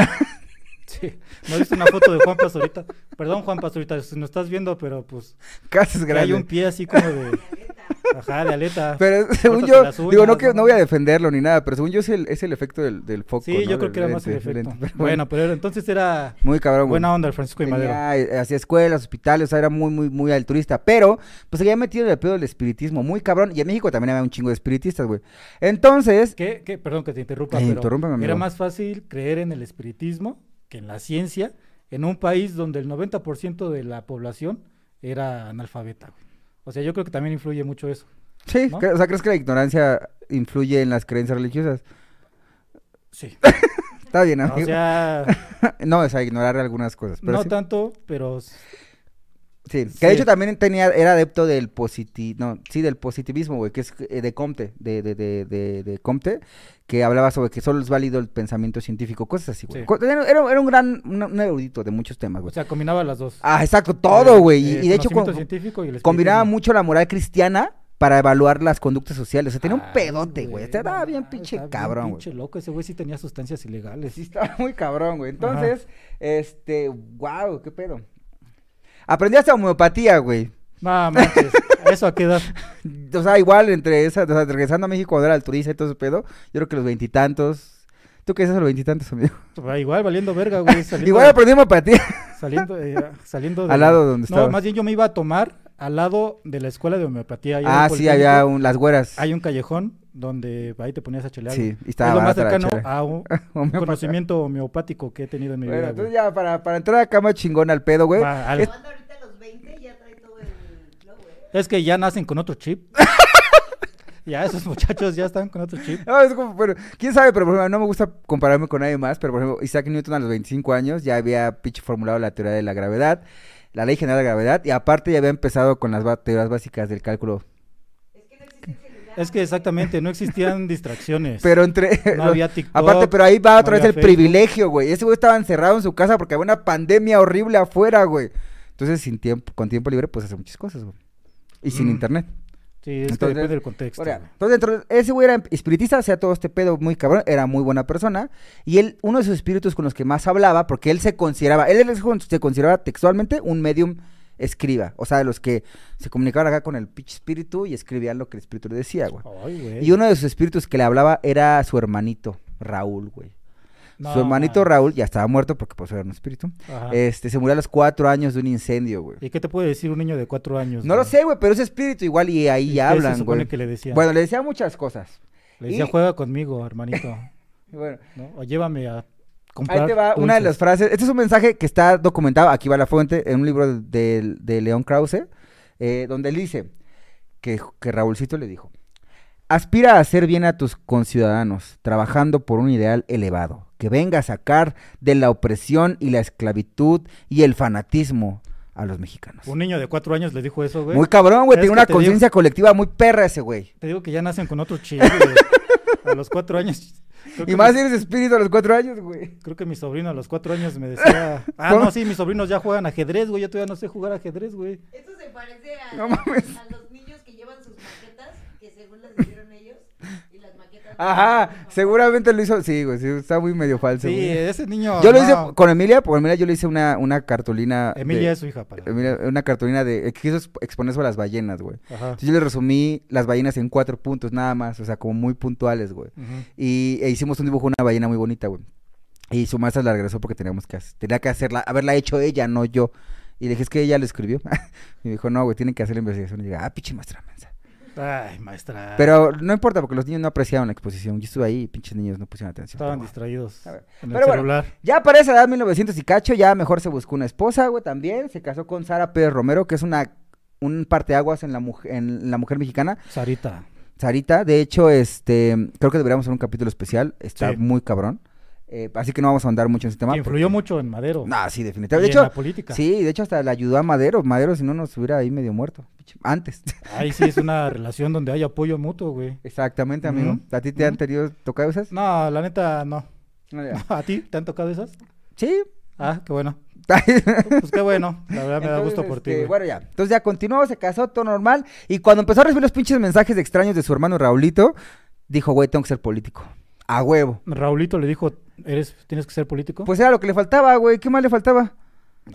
Sí, no viste una foto de Juan Pazurita. Perdón, Juan Pazurita, si no estás viendo, pero pues
Casas
que hay
grandes.
un pie así como de. Ajá, de aleta.
Pero según
Córtate
yo,
las uñas,
digo, no, que-
¿no?
no voy a defenderlo ni nada, pero según yo es el, es el efecto del, del foco.
sí,
¿no?
yo creo
Del
que era más el
lente, del
efecto.
lente, pero
bueno, pero era- entonces era
Muy cabrón, güey.
buena onda el Francisco y Madero.
Tenía, eh, Hacía escuelas, hospitales, o sea, era muy, muy, muy altruista. Pero, pues había metido en el pedo del espiritismo, muy cabrón. Y en México también había un chingo de espiritistas, güey. Entonces,
Que, que- perdón que te interrumpa,
Eh,
pero
interrúmpame, amigo.
era más fácil creer en el espiritismo que en la ciencia en un país donde el 90% de la población era analfabeta. güey. O sea, yo creo que también influye mucho eso.
sí,
¿no?
cre- o sea, ¿crees que la ignorancia influye en las creencias religiosas?
Sí.
Está bien, amigo.
O sea,
no, o sea, ignorar algunas cosas. Pero
no
sí,
tanto, pero s-
sí. Que de
sí.
hecho también tenía, era adepto del positi no, sí, del positivismo, güey, que es eh, de Comte, de, de, de, de, de Comte, que hablaba sobre que solo es válido el pensamiento científico, cosas así, güey.
Sí.
Co- Era, era- era un gran, un, un erudito de muchos temas,
o
güey.
sea, combinaba las dos.
Ah, exacto,
Eh,
todo, güey. y-
eh,
y de hecho,
conocimiento
co-
científico y el
combinaba
espiritismo.
mucho la moral cristiana para evaluar las conductas sociales. O sea, tenía un
Ay,
pedote, güey. Este estaba
Ah, no
bien
mames,
pinche
estaba bien
cabrón, güey.
Pinche loco, ese güey sí tenía sustancias ilegales.
Sí, estaba muy cabrón, güey. Entonces, este, wow, qué pedo. Aprendí hasta homeopatía, güey.
No manches, ¿a eso a qué edad?
O sea, igual entre esas, o sea, regresando a México cuando era altruista y todo ese pedo, yo creo que los veintitantos. ¿Tú qué dices a los veintitantos, amigo?
Ah, Igual valiendo verga, güey. Saliendo,
Igual aprendí homeopatía.
saliendo, eh, saliendo
Al lado donde
No,
estabas.
más bien yo me iba a tomar al lado de la escuela de homeopatía. ahí en
Ah,
el
sí, había
Politécnico.
un, las güeras.
Hay un callejón donde ahí te ponías a chelear.
Sí,
güey.
y estaba
es lo más
barata la
cercano
chela.
a un
Homeopatía.
conocimiento homeopático que he tenido en mi
Bueno,
vida. güey.
entonces ya para, para entrar acá más chingón al pedo, güey.
Va, al-
es-
Cuando ahorita a los 20 ya trae todo el flow, güey.
Es que ya nacen con otro chip. ya esos muchachos ya están con otro chip.
No, es como, pero, quién sabe, pero por ejemplo, no me gusta compararme con nadie más, pero por ejemplo, Isaac Newton a los 25 años ya había pinche formulado la teoría de la gravedad, la ley general de la gravedad, y aparte ya había empezado con las ba- teorías básicas del cálculo.
Es que no existe el celular.
Es que exactamente, no existían distracciones.
Pero entre...
No
los-
había TikTok,
aparte, pero ahí va
no
otra vez
había
el
Facebook.
privilegio, güey. Ese güey estaba encerrado en su casa porque había una pandemia horrible afuera, güey. Entonces, sin tiempo, con tiempo libre, pues hace muchas cosas, güey. Y sin
Mm.
internet.
Sí, es que
Entonces,
depende del contexto.
Ahora,
güey.
entonces, dentro- ese güey era espiritista, hacía todo este pedo muy cabrón, era muy buena persona. Y él, uno de sus espíritus con los que más hablaba, porque él se consideraba, él era- se consideraba textualmente un medium escriba. O sea, de los que se comunicaban acá con el pinche espíritu y escribían lo que el espíritu le decía, güey.
Ay, güey.
Y uno de sus espíritus que le hablaba era su hermanito, Raúl, güey.
No,
su hermanito
man.
Raúl ya estaba muerto porque pues era un espíritu.
Ajá.
Este, se murió a los cuatro años de un incendio, güey.
¿Y qué te puede decir un niño de cuatro años?
No lo
güey?
sé, güey, pero ese espíritu igual y ahí
¿Y qué se
hablan,
supone
güey.
que le decía?
Bueno, le decía muchas cosas.
Le decía,
y-
juega conmigo, hermanito.
Bueno,
¿no? O llévame a comprar.
Ahí te va una de las
dulces.
frases. Este es un mensaje que está documentado, aquí va la fuente, en un libro de, de- de León Krause, eh, donde él dice que, que Raúlcito le dijo, aspira a hacer bien a tus conciudadanos, trabajando por un ideal elevado, que venga a sacar de la opresión y la esclavitud y el fanatismo a los mexicanos.
Un niño de cuatro años le dijo eso, güey.
Muy cabrón, güey,
Es
tiene
que
una
te digo-
conciencia colectiva muy perra ese güey.
Te digo que ya nacen con otro chip, güey. A los cuatro años. Creo
Y
que
más si
mi-
eres espíritu a los cuatro años, güey.
Creo que mi sobrino a los cuatro años me decía. Ah,
¿Cómo?
no, sí, mis sobrinos ya juegan ajedrez, güey. Yo todavía no sé jugar ajedrez, güey.
Esto se parece a,
No mames.
a los niños que llevan sus maquetas, que según las hicieron ellos, y las maquetas...
Ajá, seguramente lo hizo, sí, güey, sí, está muy medio falso.
Sí,
güey.
ese niño.
Yo lo
no.
hice con Emilia, con Emilia yo le hice una, una cartulina. de- Em-
Emilia es su hija, para.
Emilia, una cartulina de. eh, Quiso exp- exponer sobre las ballenas, güey.
Ajá.
Entonces yo le resumí las ballenas en cuatro puntos nada más, o sea, como muy puntuales, güey.
Ujú.
Y e hicimos un dibujo de una ballena muy bonita, güey. Y su maestra la regresó porque teníamos que, hac- tenía que hacerla, haberla hecho ella, no yo. Y le dije, es que ella lo escribió. y me dijo, no, güey, tienen que hacer la investigación. Y dije, ah, pinche maestra mensa.
Ay, maestra.
Pero no importa, porque los niños no apreciaban la exposición. Yo estuve ahí y pinches niños no pusieron atención.
Estaban
Pero bueno.
distraídos
A ver.
en el
Pero bueno.
celular.
Ya para esa edad, 1900 y cacho, ya mejor se buscó una esposa, güey, también. Se casó con Sara Pérez Romero, que es una un parteaguas en la, mujer, en la mujer mexicana.
Sarita.
Sarita, de hecho, este, creo que deberíamos hacer un capítulo especial. Está
Sí.
muy cabrón. Eh, así que no vamos a ahondar mucho en ese tema.
Que influyó mucho en Madero.
No, sí,
y
definitivamente. De
en
hecho,
la política.
sí, de hecho hasta le ayudó a Madero. Madero si no nos hubiera ahí medio muerto. pinche- Antes.
Ahí sí es una relación donde hay apoyo mutuo, güey.
Exactamente, amigo.
Ujú,
¿A ti te han tenido tocado esas?
No, la neta, no.
No, ya.
¿A ti te han tocado esas?
Sí.
Ah, qué bueno. Pues qué bueno. La verdad me da
Entonces,
gusto por ti.
este,
güey.
Bueno, ya. Entonces ya continuó, se casó, todo normal. Y cuando empezó a recibir los pinches mensajes extraños de su hermano Raulito, dijo, güey, tengo que ser político. A huevo.
Raulito le dijo, eres, tienes que ser político.
Pues era lo que le faltaba, güey. ¿Qué más le faltaba?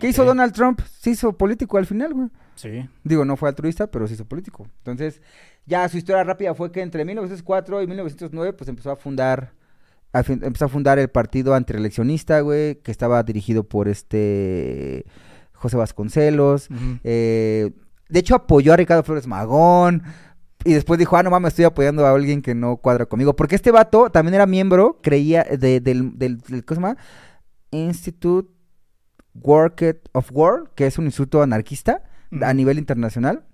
¿Qué hizo
Ok.
Donald Trump? Se hizo político al final, güey.
sí.
Digo, no fue altruista, pero se hizo político. Entonces, ya su historia rápida fue que entre 1904 y 1909, pues empezó a fundar, a fin- empezó a fundar el partido antieleccionista, güey, que estaba dirigido por este José Vasconcelos.
Ujú.
Eh, de hecho, apoyó a Ricardo Flores Magón. Y después dijo, ah, no mames, estoy apoyando a alguien que no cuadra conmigo. Porque este vato también era miembro, creía, de- del, del, del- ¿cómo se llama? Institute Worket of War, que es un instituto anarquista
Ujú.
a nivel internacional,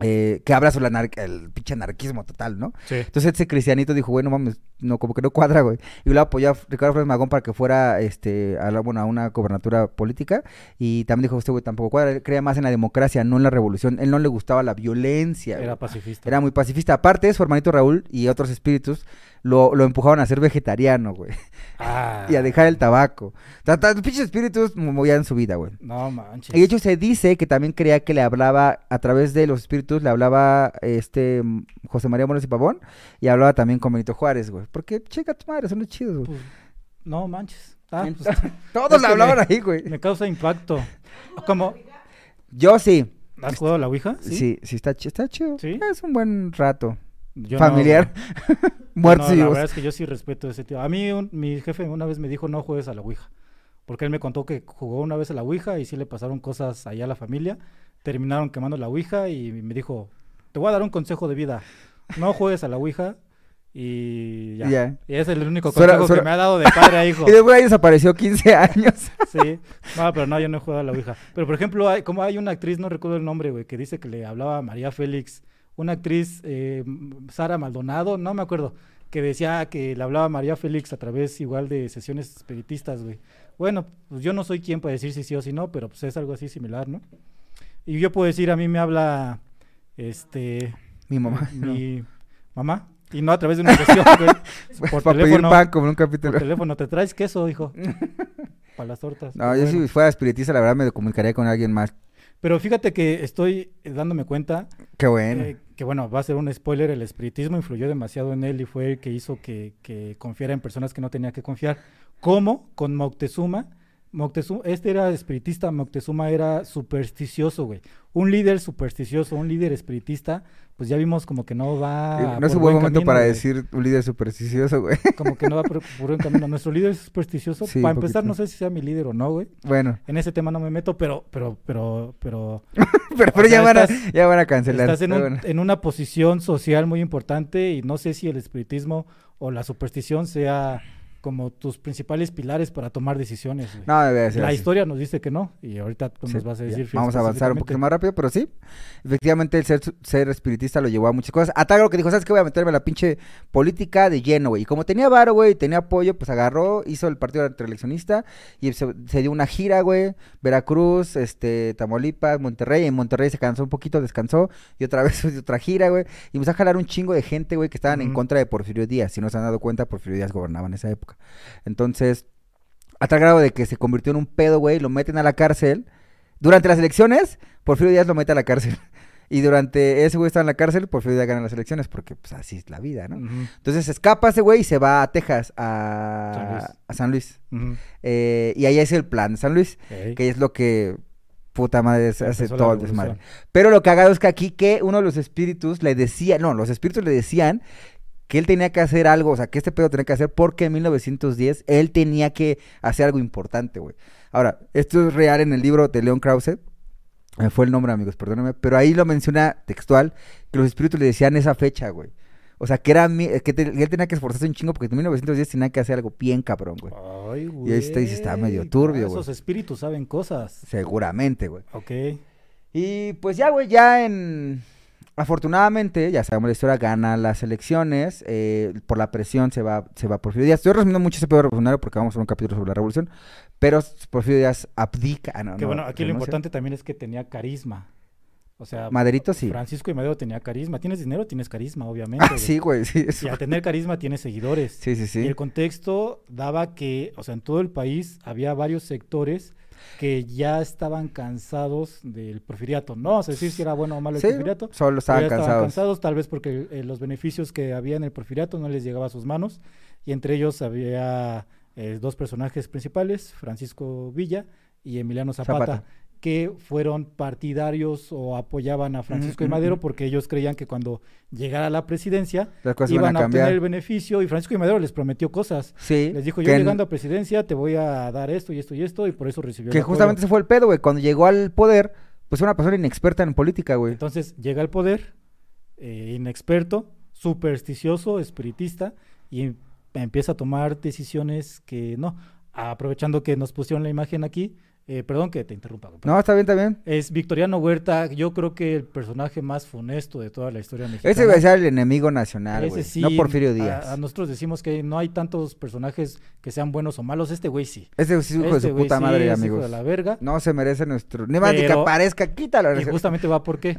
eh, que habla sobre el, anar- el pinche anarquismo total, ¿no?
Sí.
Entonces ese cristianito dijo, bueno, mames, no, como que no cuadra, güey. Y lo apoyó a Ricardo Flores Magón para que fuera, este, a la, bueno, a una gobernatura política. Y también dijo, este güey tampoco cuadra, él creía más en la democracia, no en la revolución. Él no le gustaba la violencia.
Era
güey.
pacifista.
Era muy pacifista. Aparte, su hermanito Raúl y otros espíritus lo, lo empujaban a ser vegetariano, güey.
Ah.
Y a dejar el tabaco. Tantos pinches espíritus mo- movían su vida, güey.
No manches.
Y de hecho se dice que también creía que le hablaba a través de los espíritus, le hablaba este mm, José María Moros y Pavón y hablaba también con Benito Juárez, güey. Porque checa tu madre, son los chidos, güey.
Pues, no manches. Ah, pues,
Todos
es
le
que
hablaban
me-
ahí, güey.
me causa impacto. Como,
Yo sí.
¿Has jugado a la Ouija?
Sí, sí, está, chi- está chido.
¿Sí?
Es un buen rato.
Yo no,
Familiar.
güey.
Muertos
No,
y
la
vivos.
verdad es que yo sí respeto ese tipo. A mí, un- mi jefe una vez me dijo, no juegues a la Ouija. Porque él me contó que jugó una vez a la Ouija y sí le pasaron cosas allá a la familia. Terminaron quemando la Ouija y me dijo, te voy a dar un consejo de vida. No juegues a la Ouija y ya.
Ya.
Y ese es el único
Suena-
consejo
suena-
que me ha dado de padre a hijo.
Y después ahí desapareció 15 años.
Sí, no, pero no, yo no he jugado a la Ouija. Pero por ejemplo, hay, como hay una actriz, no recuerdo el nombre, güey, que dice que le hablaba a María Félix, una actriz, eh, m- Sara Maldonado, no me acuerdo, que decía que le hablaba a María Félix a través igual de sesiones espiritistas, güey. Bueno, pues yo no soy quien para decir si sí o si no, pero pues es algo así similar, ¿no? Y yo puedo decir, a mí me habla, este,
Mi mamá.
mi mamá, y no a través de una sesión, güey, por
Para pedir
teléfono.
pan como en un
Por
capítulo.
teléfono, te traes queso, hijo. Para las tortas.
No,
pero
yo
bueno.
si fuera espiritista, la verdad me comunicaría con alguien más.
Pero fíjate que estoy eh, dándome cuenta
Qué bueno.
eh, que, bueno, va a ser un spoiler, el espiritismo influyó demasiado en él y fue el que hizo que, que confiara en personas que no tenía que confiar. Como con Moctezuma. Moctezuma, este era espiritista, Moctezuma era supersticioso, güey. Un líder supersticioso, un líder espiritista, pues ya vimos como que no
Eh,
va.
no es
Ah, por
un buen momento
camino,
para
güey.
decir un líder supersticioso, güey.
Como que no va por, por buen camino. Nuestro líder es supersticioso.
Sí,
para empezar,
poquito.
no sé si sea mi líder o no, güey.
Bueno,
En ese tema no me meto, pero, pero, pero, pero
pero, pero
O
ya,
sea,
van a,
estás-
ya van a cancelar.
estás en,
pero
un-
bueno.
en una posición social muy importante y no sé si el espiritismo o la superstición sea como tus principales pilares para tomar decisiones. güey.
No, debe de ser
la
así.
historia nos dice que no y ahorita tú
Sí,
nos vas a
ya.
decir.
Vamos a avanzar un poquito
específicamente.
más rápido, pero sí. Efectivamente, el ser, su- ser espiritista lo llevó a muchas cosas. A tal grado que dijo, ¿sabes qué? Voy a meterme a la pinche política de lleno, güey. Y como tenía varo, güey, y tenía apoyo, pues agarró, hizo el partido eleccionista y se, se dio una gira, güey. Veracruz, este, Tamaulipas, Monterrey. En Monterrey se cansó un poquito, descansó y otra vez hizo otra gira, güey. Y empezó a jalar un chingo de gente, güey, que estaban en
Ujú.
contra de Porfirio Díaz. Si no se han dado cuenta, Porfirio Díaz gobernaba en esa época. Entonces, a tal grado de que se convirtió en un pedo, güey, lo meten a la cárcel. Durante las elecciones, Porfirio Díaz lo mete a la cárcel. Y durante ese güey estaba en la cárcel, Porfirio Díaz gana las elecciones, porque pues así es la vida, ¿no?
Ujú,
Entonces se escapa ese güey y se va a Texas,
San Luis.
a a San Luis.
ujú.
Eh, y ahí es el plan de San Luis,
Ey,
que es lo que puta madre es- hace
empezó la
todo el
revolución.
desmadre. Pero lo cagado es que aquí que uno de los espíritus le decía, no, los espíritus le decían que él tenía que hacer algo, o sea, que este pedo tenía que hacer porque en 1910 él tenía que hacer algo importante, güey. Ahora, esto es real en el libro de Leon Krause, eh, fue el nombre, amigos, perdónenme, pero ahí lo menciona textual, que los espíritus le decían esa fecha, güey. O sea, que, era, mi- que te- que él tenía que esforzarse un chingo porque en 1910 tenía que hacer algo bien cabrón,
Ah.
güey.
Ay, güey. ah,
ahí está- y está medio turbio, güey.
Esos espíritus saben cosas.
Seguramente, güey.
Ok.
Y pues ya, güey, ya en, afortunadamente, ya sabemos la historia, gana las elecciones, eh, por la presión se va, se va Porfirio Díaz. Estoy resumiendo mucho ese pedo revolucionario porque vamos a hacer un capítulo sobre la revolución, pero Porfirio Díaz abdica. ah, no,
Que
no,
bueno, aquí lo
renuncia.
importante también es que tenía carisma. O sea,
Maderito sí.
Francisco y Madero tenía carisma. Tienes dinero, tienes carisma, obviamente.
Ah,
güey.
sí, güey, sí. eso.
Y al tener carisma tienes seguidores.
Sí, sí,
Y
sí.
el contexto daba que, o sea, en todo el país había varios sectores que ya estaban cansados del porfiriato. No vamos a decir si era bueno o malo el
Sí,
porfiriato.
solo
pero
estaban
ya
cansados.
tal vez porque eh, los beneficios que había en el porfiriato no les llegaba a sus manos. Y entre ellos había eh, dos personajes principales, Francisco Villa y Emiliano Zapata,
Zapata.
que fueron partidarios o apoyaban a Francisco y
ujú,
Madero
ujú.
porque ellos creían que cuando llegara a la presidencia
Las cosas
iban
van a
a, obtener
cambiar.
el beneficio y Francisco y Madero les prometió cosas.
Sí.
Les dijo,
que
yo
en-
llegando a presidencia te voy a dar esto y esto y esto y por eso recibió el
Que
apoyo.
justamente ese fue el pedo, güey. Cuando llegó al poder, pues era una persona inexperta en política, güey.
Entonces llega al poder, eh, inexperto, supersticioso, espiritista y em- empieza a tomar decisiones que no. Aprovechando que nos pusieron la imagen aquí, eh, perdón que te interrumpa. compadre.
No, está bien, está bien.
Es Victoriano Huerta, yo creo que el personaje más funesto de toda la historia mexicana.
Ese va a ser el enemigo nacional,
Ese
güey.
sí,
no Porfirio
a-
Díaz.
A, nosotros decimos que no hay tantos personajes que sean buenos o malos. Este güey sí.
Ese sí es hijo de
Este
su
güey
puta
sí
madre,
es hijo
amigos.
de la verga.
No se merece nuestro. Ni más ni que
Pero-
aparezca, quítalo.
Y justamente va por qué.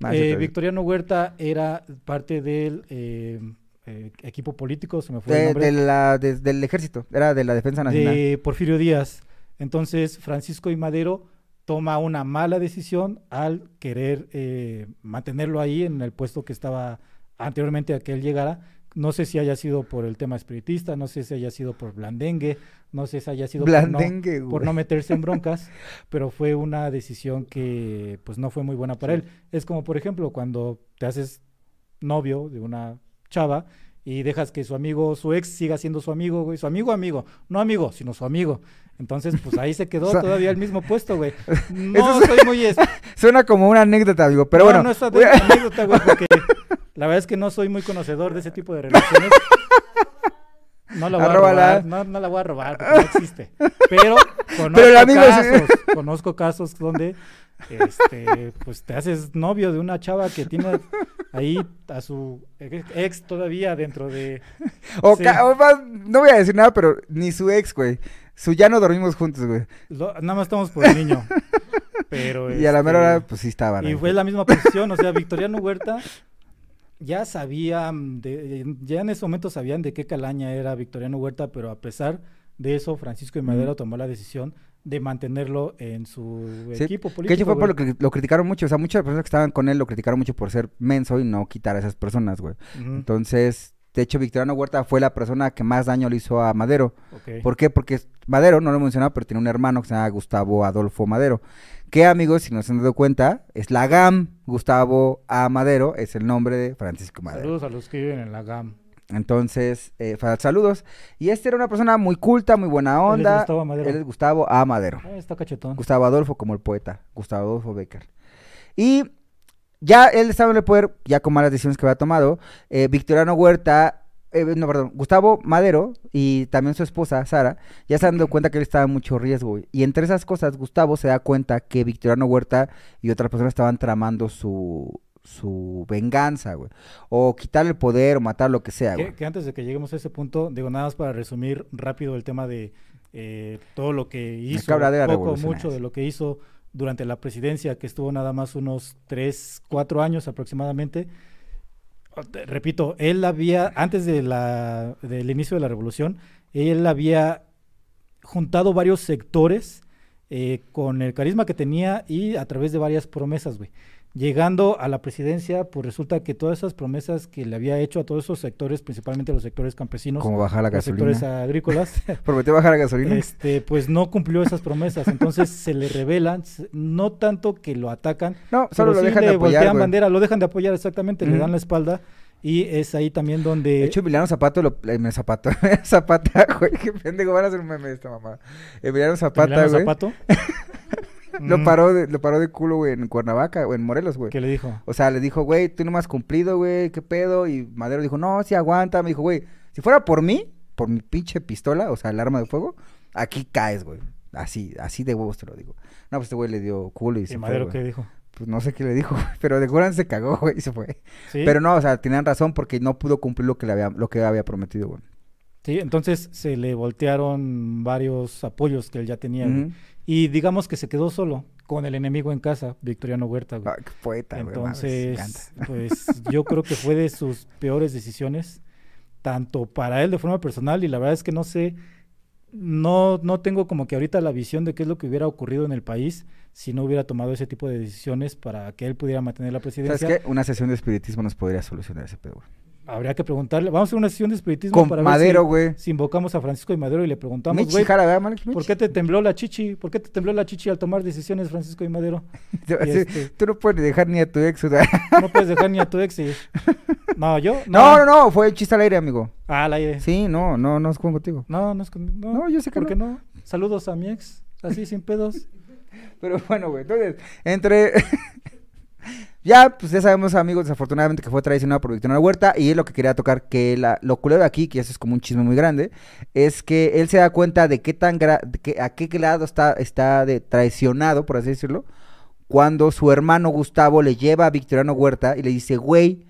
No, Ah, sí,
Eh,
está bien.
Victoriano Huerta era parte del eh, eh, equipo político, se me fue el
De-
nombre,
de la- de- del ejército, era de la defensa nacional.
de Porfirio Díaz. Entonces, Francisco y Madero toma una mala decisión al querer eh, mantenerlo ahí en el puesto que estaba anteriormente a que él llegara. No sé si haya sido por el tema espiritista, no sé si haya sido por blandengue, no sé si haya sido por no-
Blandengue, güey.
por no meterse en broncas, pero fue una decisión que pues no fue muy buena para él. Es como por ejemplo cuando te haces novio de una chava y dejas que su amigo, su ex siga siendo su amigo, güey, su amigo amigo, no amigo, sino su amigo. Entonces, pues ahí se quedó
O sea,
todavía el mismo puesto, güey.
eso
No
es-
soy muy es-
Suena como una anécdota, amigo. Pero
no,
bueno.
no es ade- anécdota, güey, porque la verdad es que no soy muy conocedor de ese tipo de relaciones. No la voy
Arróbala.
a robar, no, no la voy a robar, porque no existe. Pero conozco
el amigo sí.
casos, conozco casos donde este, pues te haces novio de una chava que tiene ahí a su ex todavía dentro de
o
sí.
ca- o más, no voy a decir nada, pero ni su ex, güey. Su ya no dormimos juntos, güey.
lo- nada más estamos por el niño. Pero
y a la mera
este,
hora, pues sí estaban.
Y
ahí.
fue la misma posición, o sea, Victoriano Huerta ya sabía, mm, de- ya en ese momento sabían de qué calaña era Victoriano Huerta, pero a pesar de eso, Francisco de Madero
Ujú.
tomó la decisión de mantenerlo en su
Sí,
equipo político.
Que de hecho fue por
güey.
lo que lo criticaron mucho. O sea, muchas personas que estaban con él lo criticaron mucho por ser menso y no quitar a esas personas, güey.
Ujú,
Entonces, de hecho, Victoriano Huerta fue la persona que más daño le hizo a Madero.
ok.
¿Por qué? Porque Madero, no lo he mencionado, pero tiene un hermano que se llama Gustavo Adolfo Madero. Que, amigos, si no se han dado cuenta, es la GAM. Gustavo A. Madero es el nombre de Francisco Madero.
Saludos a los que viven en la GAM.
Entonces, eh, fa- saludos. Y este era una persona muy culta, muy buena
Él es
onda.
Gustavo Madero.
Él es Gustavo A. Madero.
Ah, está cachetón.
Gustavo Adolfo como el poeta, Gustavo Adolfo Becker. Y ya él estaba en el poder, ya con malas decisiones que había tomado, eh, Victoriano Huerta, eh, no, perdón, Gustavo Madero y también su esposa, Sara, ya se han dado cuenta que él estaba en mucho riesgo. güey. Y entre esas cosas, Gustavo se da cuenta que Victoriano Huerta y otras personas estaban tramando su, su venganza, güey. O quitarle el poder o matar lo que sea,
Que,
güey.
que antes de que lleguemos a ese punto, digo nada más para resumir rápido el tema de eh, todo lo que hizo,
hablar de la
poco o
revolución,
mucho
es.
de lo que hizo durante la presidencia, que estuvo nada más unos 3, 4 años aproximadamente. O- te- Repito, él había, antes de la, del inicio de la revolución, él había juntado varios sectores eh, con el carisma que tenía y a través de varias promesas, güey. Llegando a la presidencia, pues resulta que todas esas promesas que le había hecho a todos esos sectores, principalmente los sectores campesinos,
Como bajar la
los sectores
gasolina.
agrícolas,
Prometió bajar la gasolina.
este, pues no cumplió esas promesas. Entonces se le revelan, s- no tanto que lo atacan,
No,
pero
solo lo
sí
dejan
le
de apoyar,
voltean
güey.
bandera, lo dejan de apoyar exactamente, le
Ujú.
dan la espalda y es ahí también donde...
De hecho, Emiliano Zapato, lo, eh, Zapato, Zapata, güey, qué pendejo, van a hacer un meme de esta mamá. Emiliano Zapata,
Emiliano
güey,
Zapato,
lo
mm,
paró, de, lo paró de culo, güey, en Cuernavaca, o en Morelos, güey.
que le dijo?
O sea, le dijo, güey, tú no me has cumplido, güey, qué pedo, y Madero dijo, no, sí, aguanta, me dijo, güey, si fuera por mí, por mi pinche pistola, o sea, el arma de fuego, aquí caes, güey. Así, así de huevos te lo digo. No, pues este güey le dio culo y se
¿Y
fue,
Madero
güey.
qué dijo?
Pues no sé qué le dijo, güey, pero de Goran se cagó, güey, y se fue.
Sí,
Pero no, o sea, tenían razón porque no pudo cumplir lo que le había, lo que había prometido, güey.
sí, entonces se le voltearon varios apoyos que él ya tenía. güey.
Ujú.
Y digamos que se quedó solo con el enemigo en casa, Victoriano Huerta. güey.
Ay, qué poeta, güey. mames, me encanta.
Entonces, pues yo creo que fue de sus peores decisiones, tanto para él de forma personal y la verdad es que no sé, no, no tengo como que ahorita la visión de qué es lo que hubiera ocurrido en el país si no hubiera tomado ese tipo de decisiones para que él pudiera mantener la presidencia.
¿Sabes qué? Una sesión de espiritismo nos podría solucionar ese pedo, güey.
Habría que preguntarle, vamos a hacer una sesión de espiritismo
Con
para ver
Madero,
si-
güey.
si, invocamos a Francisco de Madero y le preguntamos,
Michi,
güey,
jala, ¿verdad, Malik?
¿por qué te tembló la chichi? ¿Por qué te tembló la chichi al tomar decisiones, Francisco de Madero?
Michi. Te-
y
sí,
este-
Tú no puedes dejar ni a tu ex, o sea.
No puedes dejar ni a tu ex. y- No, yo.
No, no, no, fue chiste al aire, amigo.
Ah, al aire.
Sí, no, no, no es como contigo.
No, no es con... No,
No, yo sé que
¿Por qué no? Saludos a mi ex, así sin pedos.
Pero bueno, güey, entonces, entre... ya, pues ya sabemos, amigos, desafortunadamente que fue traicionado por Victoriano Huerta y es lo que quería tocar, que la, lo culero de aquí, que eso es como un chisme muy grande, es que él se da cuenta de qué tan gra- de qué- a qué lado está, está de traicionado, por así decirlo, cuando su hermano Gustavo le lleva a Victoriano Huerta y le dice, güey,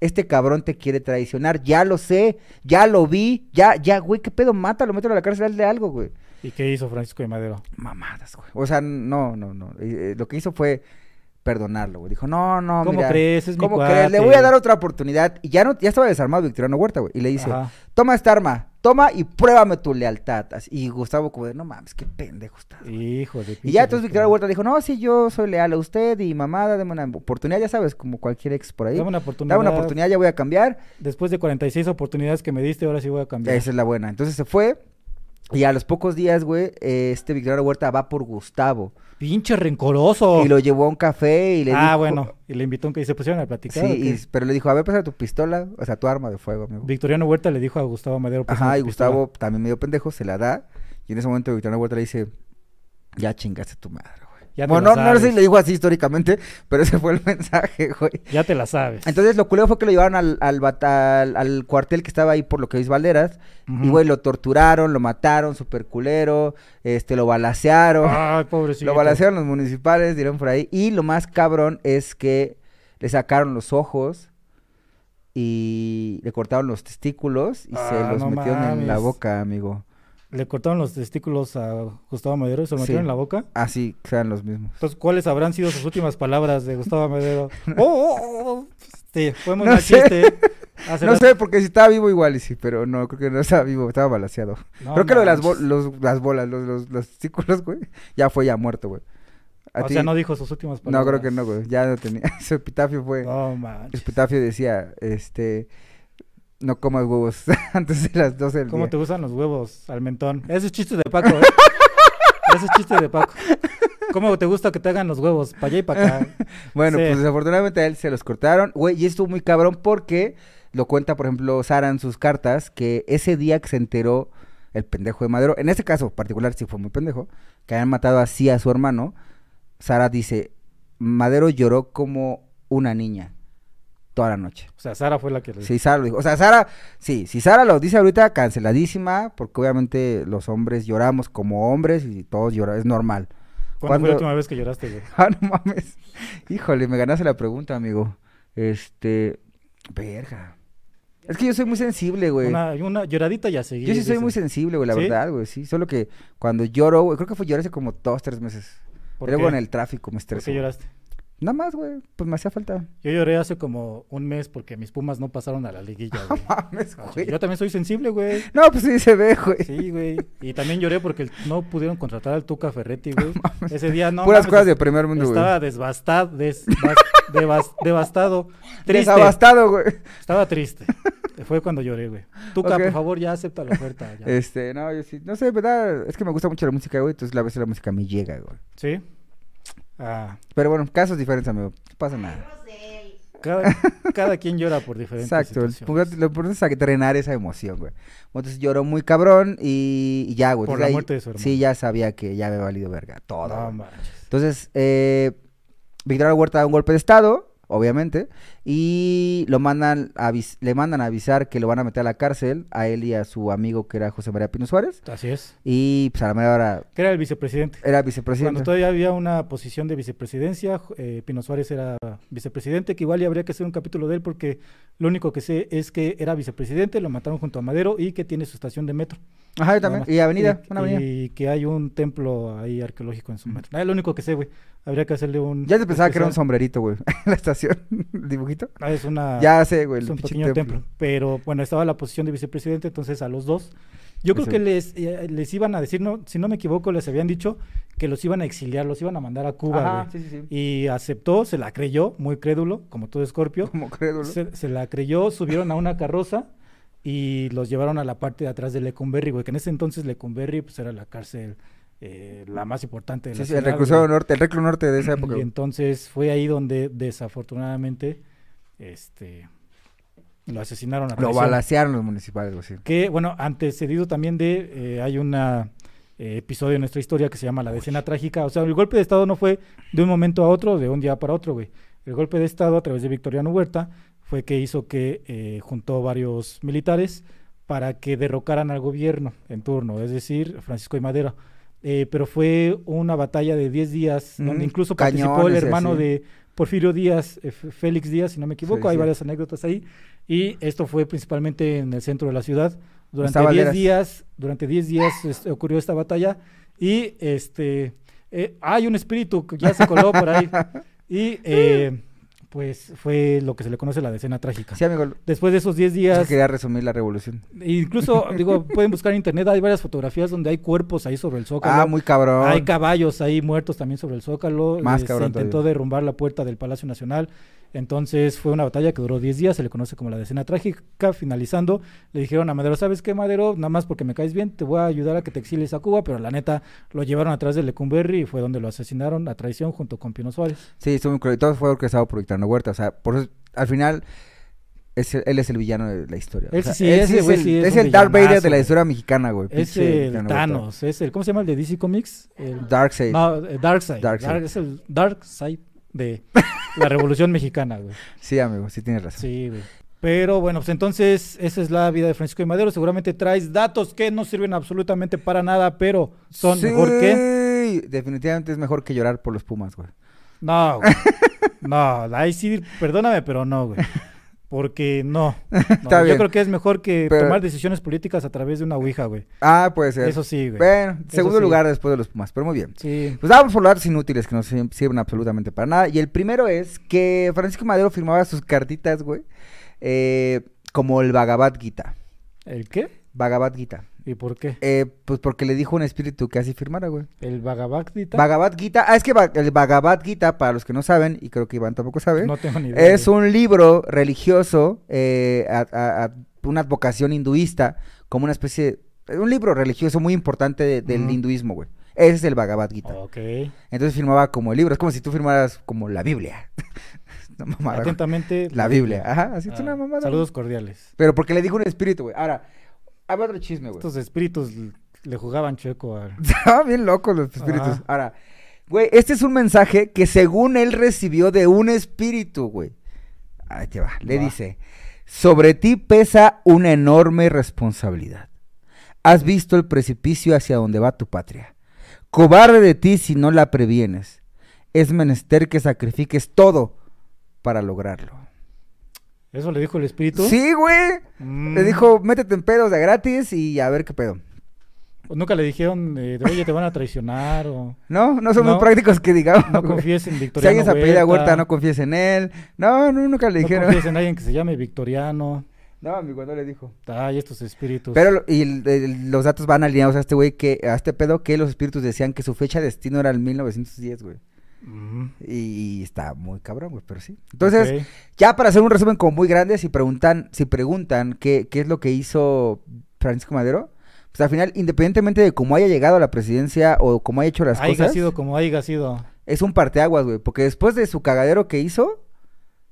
este cabrón te quiere traicionar, ya lo sé, ya lo vi, ya, ya, güey, qué pedo, mátalo, mételo a la cárcel, hazle algo, güey
¿Y qué hizo Francisco de Madero?
mamadas, güey. O sea, no, no, no. Eh, eh, lo que hizo fue perdonarlo, güey. Dijo, no, no,
¿Cómo
mira,
crees? Es mi
¿Cómo crees? Le
cuate".
voy a dar otra oportunidad. Y ya no, ya estaba desarmado Victoriano Huerta, güey. Y le dice,
Ajá.
toma esta arma, toma y pruébame tu lealtad. Así- Y Gustavo como de, no mames, qué pendejo está.
Hijo de
Y
pinche
ya entonces Victoriano
Gustavo.
Huerta dijo, no, sí, yo soy leal a usted y mamada, dame una oportunidad, ya sabes, como cualquier ex por ahí.
Dame una
Dame
oportunidad.
una oportunidad, ya voy a cambiar.
Después de 46 oportunidades que me diste, ahora sí voy a cambiar.
Esa es la buena. Entonces se fue. Y a los pocos días, güey, eh, este Victoriano Huerta va por Gustavo.
Pinche rencoroso.
Y lo llevó a un café y le
Oh. ah,
dijo...
bueno. Y le invitó a que se pusieron a platicar.
Sí,
¿o qué?
y- pero le dijo, a ver, pasa tu pistola, o sea, tu arma de fuego, amigo.
Victoriano Huerta le dijo a Gustavo Madero. pues, "Pásame
Ajá, y
tu pistola".
Gustavo también medio pendejo, se la da. Y en ese momento Victoriano Huerta le dice, ya chingaste tu madre, güey.
Ya te
bueno,
la
no, no sé si
sabes.
le dijo así históricamente, pero ese fue el mensaje, güey.
Ya te la sabes.
Entonces lo culero fue que lo llevaron al, al, bata- al- al cuartel que estaba ahí por lo que es Valderas. Y,
Ujú.
güey, lo torturaron, lo mataron, super culero, este, lo balacearon.
Ay, pobrecito.
Lo balancearon los municipales, dieron por ahí. Y lo más cabrón es que le sacaron los ojos y le cortaron los testículos y se
Ah,
los
no
metieron en la
mames.
boca, amigo.
Le cortaron los testículos a Gustavo Madero y se lo
Sí.
metieron en la boca.
Así que sean los mismos.
Entonces, ¿cuáles habrán sido sus últimas palabras de Gustavo Madero? ¡Oh, oh, oh! Sí, fue muy
No
mal
sé.
chiste. Hace
No
rato-
sé, porque si estaba vivo igual y sí, pero no, creo que no estaba vivo, estaba balanceado.
No
creo que lo de las, bo-
manches.
los- las bolas, los, los- los testículos, güey, ya fue ya muerto, güey. A
O
ti-
sea, no dijo sus últimas
no,
palabras.
creo que no, güey, ya no tenía. Su epitafio fue...
No,
Su
manches.
epitafio decía, este, no comas huevos antes de las 12 del
¿Cómo
día.
te gustan los huevos al mentón? Ese es chiste de Paco, ¿eh? Ese es chiste de Paco. ¿Cómo te gusta que te hagan los huevos? Para allá y para acá.
Bueno,
Sí.
pues desafortunadamente a él se los cortaron, güey, y estuvo muy cabrón porque lo cuenta, por ejemplo, Sara en sus cartas, que ese día que se enteró el pendejo de Madero, en este caso particular sí fue muy pendejo, que habían matado así a su hermano, Sara dice, Madero lloró como una niña toda la noche.
O sea, Sara fue la que le
Sí, Sara lo dijo. O sea, Sara, sí, si Sara lo dice ahorita, canceladísima, porque obviamente los hombres lloramos como hombres y todos lloran, es normal.
¿Cuándo,
¿cuándo-
fue la última vez que lloraste, güey?
Ah, no mames. Híjole, me ganaste la pregunta, amigo. Este. Verga. Es que yo soy muy sensible, güey.
Una, una lloradita y a seguir.
Yo sí soy
dicen.
muy sensible, güey, la
¿Sí?
verdad, güey, sí. Solo que cuando lloro, güey, creo que fue lloré hace como dos, tres meses.
¿Por
Luego
qué?
en el tráfico me
¿Por
estresé.
qué lloraste?
Nada más, güey, pues me hacía falta.
Yo lloré hace como un mes porque mis pumas no pasaron a la liguilla, güey.
Mames,
Ah,
güey.
Yo también soy sensible, güey.
No, pues sí se ve, güey.
Sí, güey. Y también lloré porque el- no pudieron contratar al Tuca Ferretti, güey. Ese día no.
Puras
mames,
cosas de primer mundo, güey.
Estaba desbastado, devastado, triste.
Desabastado, güey.
Estaba triste. Fue cuando lloré, güey. Tuca,
Ok.
por favor, ya acepta la oferta. ya.
Este, no, yo sí. No sé, ¿verdad? Es que me gusta mucho la música, güey. Entonces, a veces la música me llega, güey.
¿Sí? Ah,
Pero bueno, casos diferentes, amigo. No pasa nada.
Rosel.
cada, cada quien llora por diferentes
Exacto, el-
situaciones.
porque lo importante es entrenar esa emoción, güey. Entonces lloró muy cabrón y, y ya, güey.
Por
entonces
la
ahí
muerte de su hermano.
Sí, ya sabía que ya había valido verga todo.
No
güey.
manches.
Entonces, eh, Victoriano Huerta da un golpe de estado obviamente, y lo mandan a avis- le mandan a avisar que lo van a meter a la cárcel a él y a su amigo que era José María Pino Suárez.
Así es.
Y pues a la mera hora
Que era el vicepresidente.
era
Cuando
vicepresidente.
todavía había una posición de vicepresidencia, ju- eh, Pino Suárez era vicepresidente, que igual ya habría que hacer un capítulo de él porque lo único que sé es que era vicepresidente, lo mataron junto a Madero y que tiene su estación de metro.
Ajá, yo
nada
también.
más.
Y avenida,
Y-
una avenida.
Y que hay un templo ahí arqueológico en su
Ujú.
metro. Es lo único que sé, güey. Habría que hacerle un...
Ya te pensaba que era un
especial.
sombrerito, güey. la estación, el dibujito.
Ah, es una...
ya sé, güey.
es
el
un
pinche
pequeño templo. Pero bueno, estaba la posición de vicepresidente, entonces a los dos. Yo creo
Ese-
que les, eh, les iban a decir, no, si no me equivoco, les habían dicho que los iban a exiliar, los iban a mandar a Cuba.
Ajá,
güey.
sí, sí, sí.
Y aceptó, se la creyó, muy crédulo, como todo Escorpio.
Como crédulo.
Se, se la creyó, subieron a una carroza y los llevaron a la parte de atrás de Lecumberri, güey, que en ese entonces Lecumberri pues, era la cárcel eh, la más importante de la
Sí, sí, el
ciudad,
reclusorio
güey.
norte, el reclu norte de esa época.
Y
güey.
entonces fue ahí donde desafortunadamente este lo asesinaron a
Lo
traición.
balacearon los municipales, güey. sí.
Que bueno, antecedido también de eh, hay un episodio en nuestra historia que se llama la decena trágica. O sea, el golpe de estado no fue de un momento a otro, de un día para otro, güey. El golpe de estado a través de Victoriano Huerta fue que hizo que eh, juntó varios militares para que derrocaran al gobierno en turno, es decir, Francisco y Madero. Eh, pero fue una batalla de 10 días, donde
Ujú,
incluso participó el
cañones y
hermano
así.
de Porfirio Díaz, eh, F- Félix Díaz, si no me equivoco,
Sí,
hay
sí.
varias anécdotas ahí. Y esto fue principalmente en el centro de la ciudad. Durante
Estaba
10
Leras.
días, durante 10 días este, ocurrió esta batalla y este eh, hay un espíritu que ya se coló por ahí y eh, pues fue lo que se le conoce la decena trágica.
Sí, amigo.
Después de esos 10
Yo
días,
quería resumir la revolución.
incluso digo, pueden buscar en internet, hay varias fotografías donde hay cuerpos ahí sobre el zócalo.
Ah, muy cabrón.
Hay caballos ahí muertos también sobre el Zócalo.
Más
eh,
cabrón
Se intentó
todavía.
derrumbar la puerta del Palacio Nacional. Entonces fue una batalla que duró 10 días, se le conoce como la decena trágica. Finalizando, le dijeron a Madero, ¿sabes qué, Madero? Nada más porque me caes bien, te voy a ayudar a que te exilies a Cuba, pero la neta lo llevaron atrás de Lecumberri y fue donde lo asesinaron a traición junto con Pino Suárez.
Sí, estuvo muy cruel. Todo fue orquestado por Victoriano Huerta. O sea, por eso, al final, es el- él es el villano de la historia.
Él
o sea,
sí, ese
es
güey
el,
sí es
es
un
el Darth Vader
villanazo,
de la
güey.
historia mexicana, güey.
Es
pinche
el
Victoriano Huerta.
Thanos, es el, ¿cómo se llama el de DC Comics? El
Darkseid.
No, eh, Darkseid.
Darkseid.
Dark- es el Darkseid de la Revolución Mexicana, güey.
Sí, amigo, sí tienes razón.
Sí, güey. Pero bueno, pues entonces esa es la vida de Francisco de Madero. Seguramente traes datos que no sirven absolutamente para nada, pero son
Sí,
mejor que.
Definitivamente es mejor que llorar por los Pumas, güey.
No, güey. No, ahí sí, perdóname, pero no, güey. Porque no. No,
Está
yo
bien.
creo que es mejor que
Pero-
tomar decisiones políticas a través de una ouija, güey.
Ah, puede ser.
Eso sí, güey.
Bueno, segundo
sí.
lugar después de los Pumas, pero muy bien.
Sí.
Pues vamos por los datos inútiles que no sir- sirven absolutamente para nada. Y el primero es que Francisco Madero firmaba sus cartitas, güey, eh, como el Bhagavad Gita.
¿El qué?
Bhagavad Gita.
¿Y por qué?
Eh, pues porque le dijo un espíritu que así firmara, güey.
¿El Bhagavadgita?
Bhagavad Gita. Ah, es que va- el Bhagavad Gita, para los que no saben, y creo que Iván tampoco sabe,
no tengo ni idea.
es
güey.
un libro religioso, eh, a- a- a- una vocación hinduista, como una especie de- Un libro religioso muy importante de- del
Ujú. Oh.
hinduismo, güey. Ese es el Bhagavad Gita.
Ok.
Entonces firmaba como el libro. Es como si tú firmaras como la Biblia. No mamada. güey.
Atentamente.
La Biblia. Ajá, así es
Ah,
una mamada.
Saludos cordiales.
Pero porque le dijo un espíritu, güey. Ahora, había otro chisme, güey.
Estos espíritus l- le jugaban chueco al.
Estaban bien locos los espíritus.
Ajá.
Ahora, güey, este es un mensaje que según él recibió de un espíritu, güey. Ahí te va. Le
Va.
dice, sobre ti pesa una enorme responsabilidad. Has visto el precipicio hacia donde va tu patria. Cobarde de ti si no la previenes. Es menester que sacrifiques todo para lograrlo.
¿Eso le dijo el espíritu?
Sí, güey.
Mm.
Le dijo, métete en pedos de gratis y a ver qué pedo.
¿O Nunca le dijeron, eh, de, oye, te van a traicionar o
No, no son
No.
muy prácticos que digamos.
no
güey.
confíes en
Si
Victoriano.
alguien se apellida Huerta,
Huerta,
no confíes en él. No, no, nunca
no
le dijeron.
confíes en alguien que se llame Victoriano.
No, amigo, no le dijo.
Ay, estos espíritus.
Pero lo- y el- el- los datos van alineados a este güey que, a este pedo que los espíritus decían que su fecha de destino era el 1910, güey.
Mm,
Y, y está muy cabrón, güey, pero sí. Entonces,
ok.
ya para hacer un resumen como muy grande, si preguntan, si preguntan qué, qué es lo que hizo Francisco Madero, pues al final, independientemente de cómo haya llegado a la presidencia o cómo haya hecho las
Haiga
cosas,
sido como haya sido.
es un parteaguas, güey, porque después de su cagadero que hizo,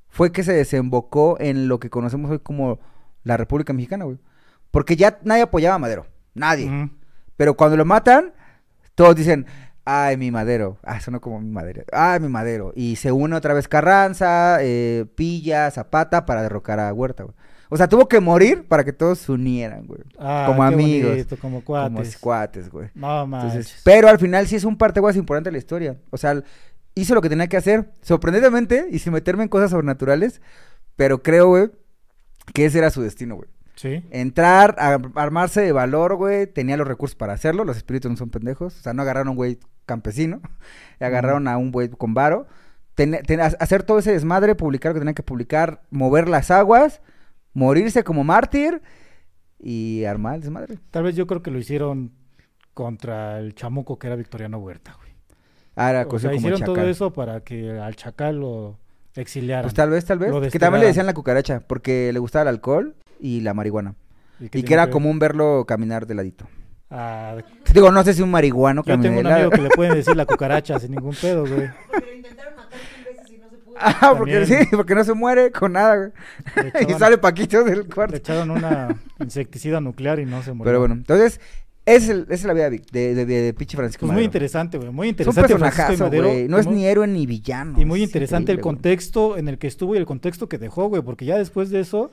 fue que se desembocó en lo que conocemos hoy como la República Mexicana, güey. Porque ya nadie apoyaba a Madero, nadie.
Mm,
Pero cuando lo matan, todos dicen, Ay, mi madero. Ah, sonó como mi madero. Ay, mi madero. Y se une otra vez Carranza, eh, Pilla, Zapata para derrocar a Huerta, güey. O sea, tuvo que morir para que todos se unieran, güey.
Ah,
como
qué
amigos.
bonito, como
Como
cuates.
cuates, güey.
No
Entonces,
manches.
pero al final sí es un parteaguas importante de la historia. O sea, hizo lo que tenía que hacer, sorprendentemente, y sin meterme en cosas sobrenaturales, pero creo, güey, que ese era su destino, güey.
Sí.
Entrar, a- armarse de valor, güey, tenía los recursos para hacerlo, los espíritus no son pendejos, o sea, no agarraron a un güey campesino, agarraron a un güey con varo. Ten- ten- ha- hacer todo ese desmadre, publicar lo que tenía que publicar, mover las aguas, morirse como mártir y armar el desmadre.
Tal vez yo creo que lo hicieron contra el chamuco que era Victoriano Huerta, güey.
Ahora,
O sea,
Ah, como
hicieron todo
chacal.
eso para que al chacal lo exiliaran.
Pues tal vez, tal vez.
Lo
Que también le
desterraran.
decían la cucaracha, porque le gustaba el alcohol y la marihuana.
y
Y que
tiene
era común verlo caminar de ladito.
Ah,
Digo, no sé si un marihuano
yo
camine
tengo
de
un
lado.
amigo que le pueden decir la cucaracha sin ningún pedo, güey.
Porque lo intentaron matar mil veces y no se pudo.
Ah, porque
También.
sí, porque no se muere con nada, güey.
Le
Y
echaban-
sale Paquito del
le
cuarto.
echaron una insecticida nuclear y no se murió.
Pero bueno, entonces, es el- esa es la vida de, Vic- de, de, de- de pinche Francisco
Pues muy
Madero.
interesante, güey. Muy
Es un
interesante. Francisco de
personajazo,
Madero,
güey. No es
muy-
ni héroe ni villano.
Y muy
es
interesante el
increíble, güey.
contexto en el que estuvo y el contexto que dejó, güey, porque ya después de eso,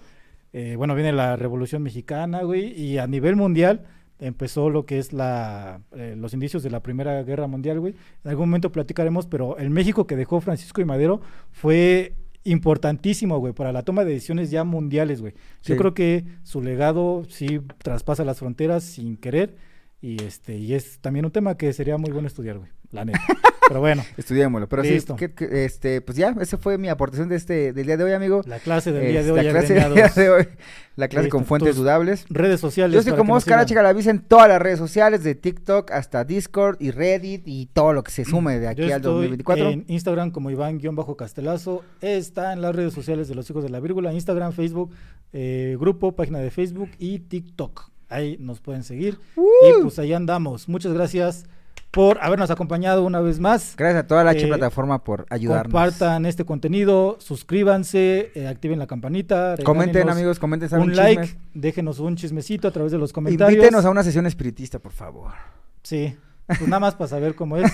eh, bueno, viene la Revolución Mexicana, güey, y a nivel mundial empezó lo que es la, eh, los indicios de la Primera Guerra Mundial, güey. En algún momento platicaremos, pero el México que dejó Francisco y Madero fue importantísimo, güey, para la toma de decisiones ya mundiales, güey.
Sí.
Yo creo que su legado sí traspasa las fronteras sin querer y este y es también un tema que sería muy bueno estudiar, güey, la neta. Pero bueno,
Estudiémoslo. Pero
Listo.
sí, que- que, este, pues ya, esa fue mi aportación de este, del día de hoy, amigo.
la clase del día de
Es-
hoy
la clase del
agremiados.
día de hoy. La clase
Listo,
con fuentes
tus-
dudables.
redes sociales.
Yo soy
para
como
que nos
Oscar
sigan.
H. Galaviz en todas las redes sociales, de TikTok hasta Discord y Reddit y todo lo que se sume de
Yo
aquí al
estoy
2024.
en Instagram como Iván-Castelazo. Está en las redes sociales de los hijos de la vírgula, Instagram, Facebook, eh, grupo, página de Facebook y TikTok. Ahí nos pueden seguir. Y pues ahí andamos. Muchas gracias por habernos acompañado una vez más.
Gracias a toda la
eh,
H plataforma por ayudarnos.
Compartan este contenido, suscríbanse, eh, activen la campanita.
comenten,
regálenos
amigos, comenten. saben
Un like,
chismes.
déjenos un chismecito a través de los comentarios.
Invítenos a una sesión espiritista, por favor.
Sí, pues nada más para saber cómo es.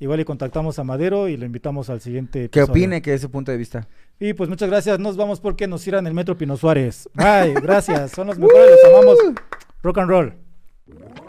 Igual y contactamos a Madero y lo invitamos al siguiente
Que
episodio.
opine, que es su punto de vista.
Y pues muchas gracias, nos vamos porque nos cierran
Uh.
el Metro Pino Suárez. Bye, gracias, son los mejores, los amamos. Rock and roll.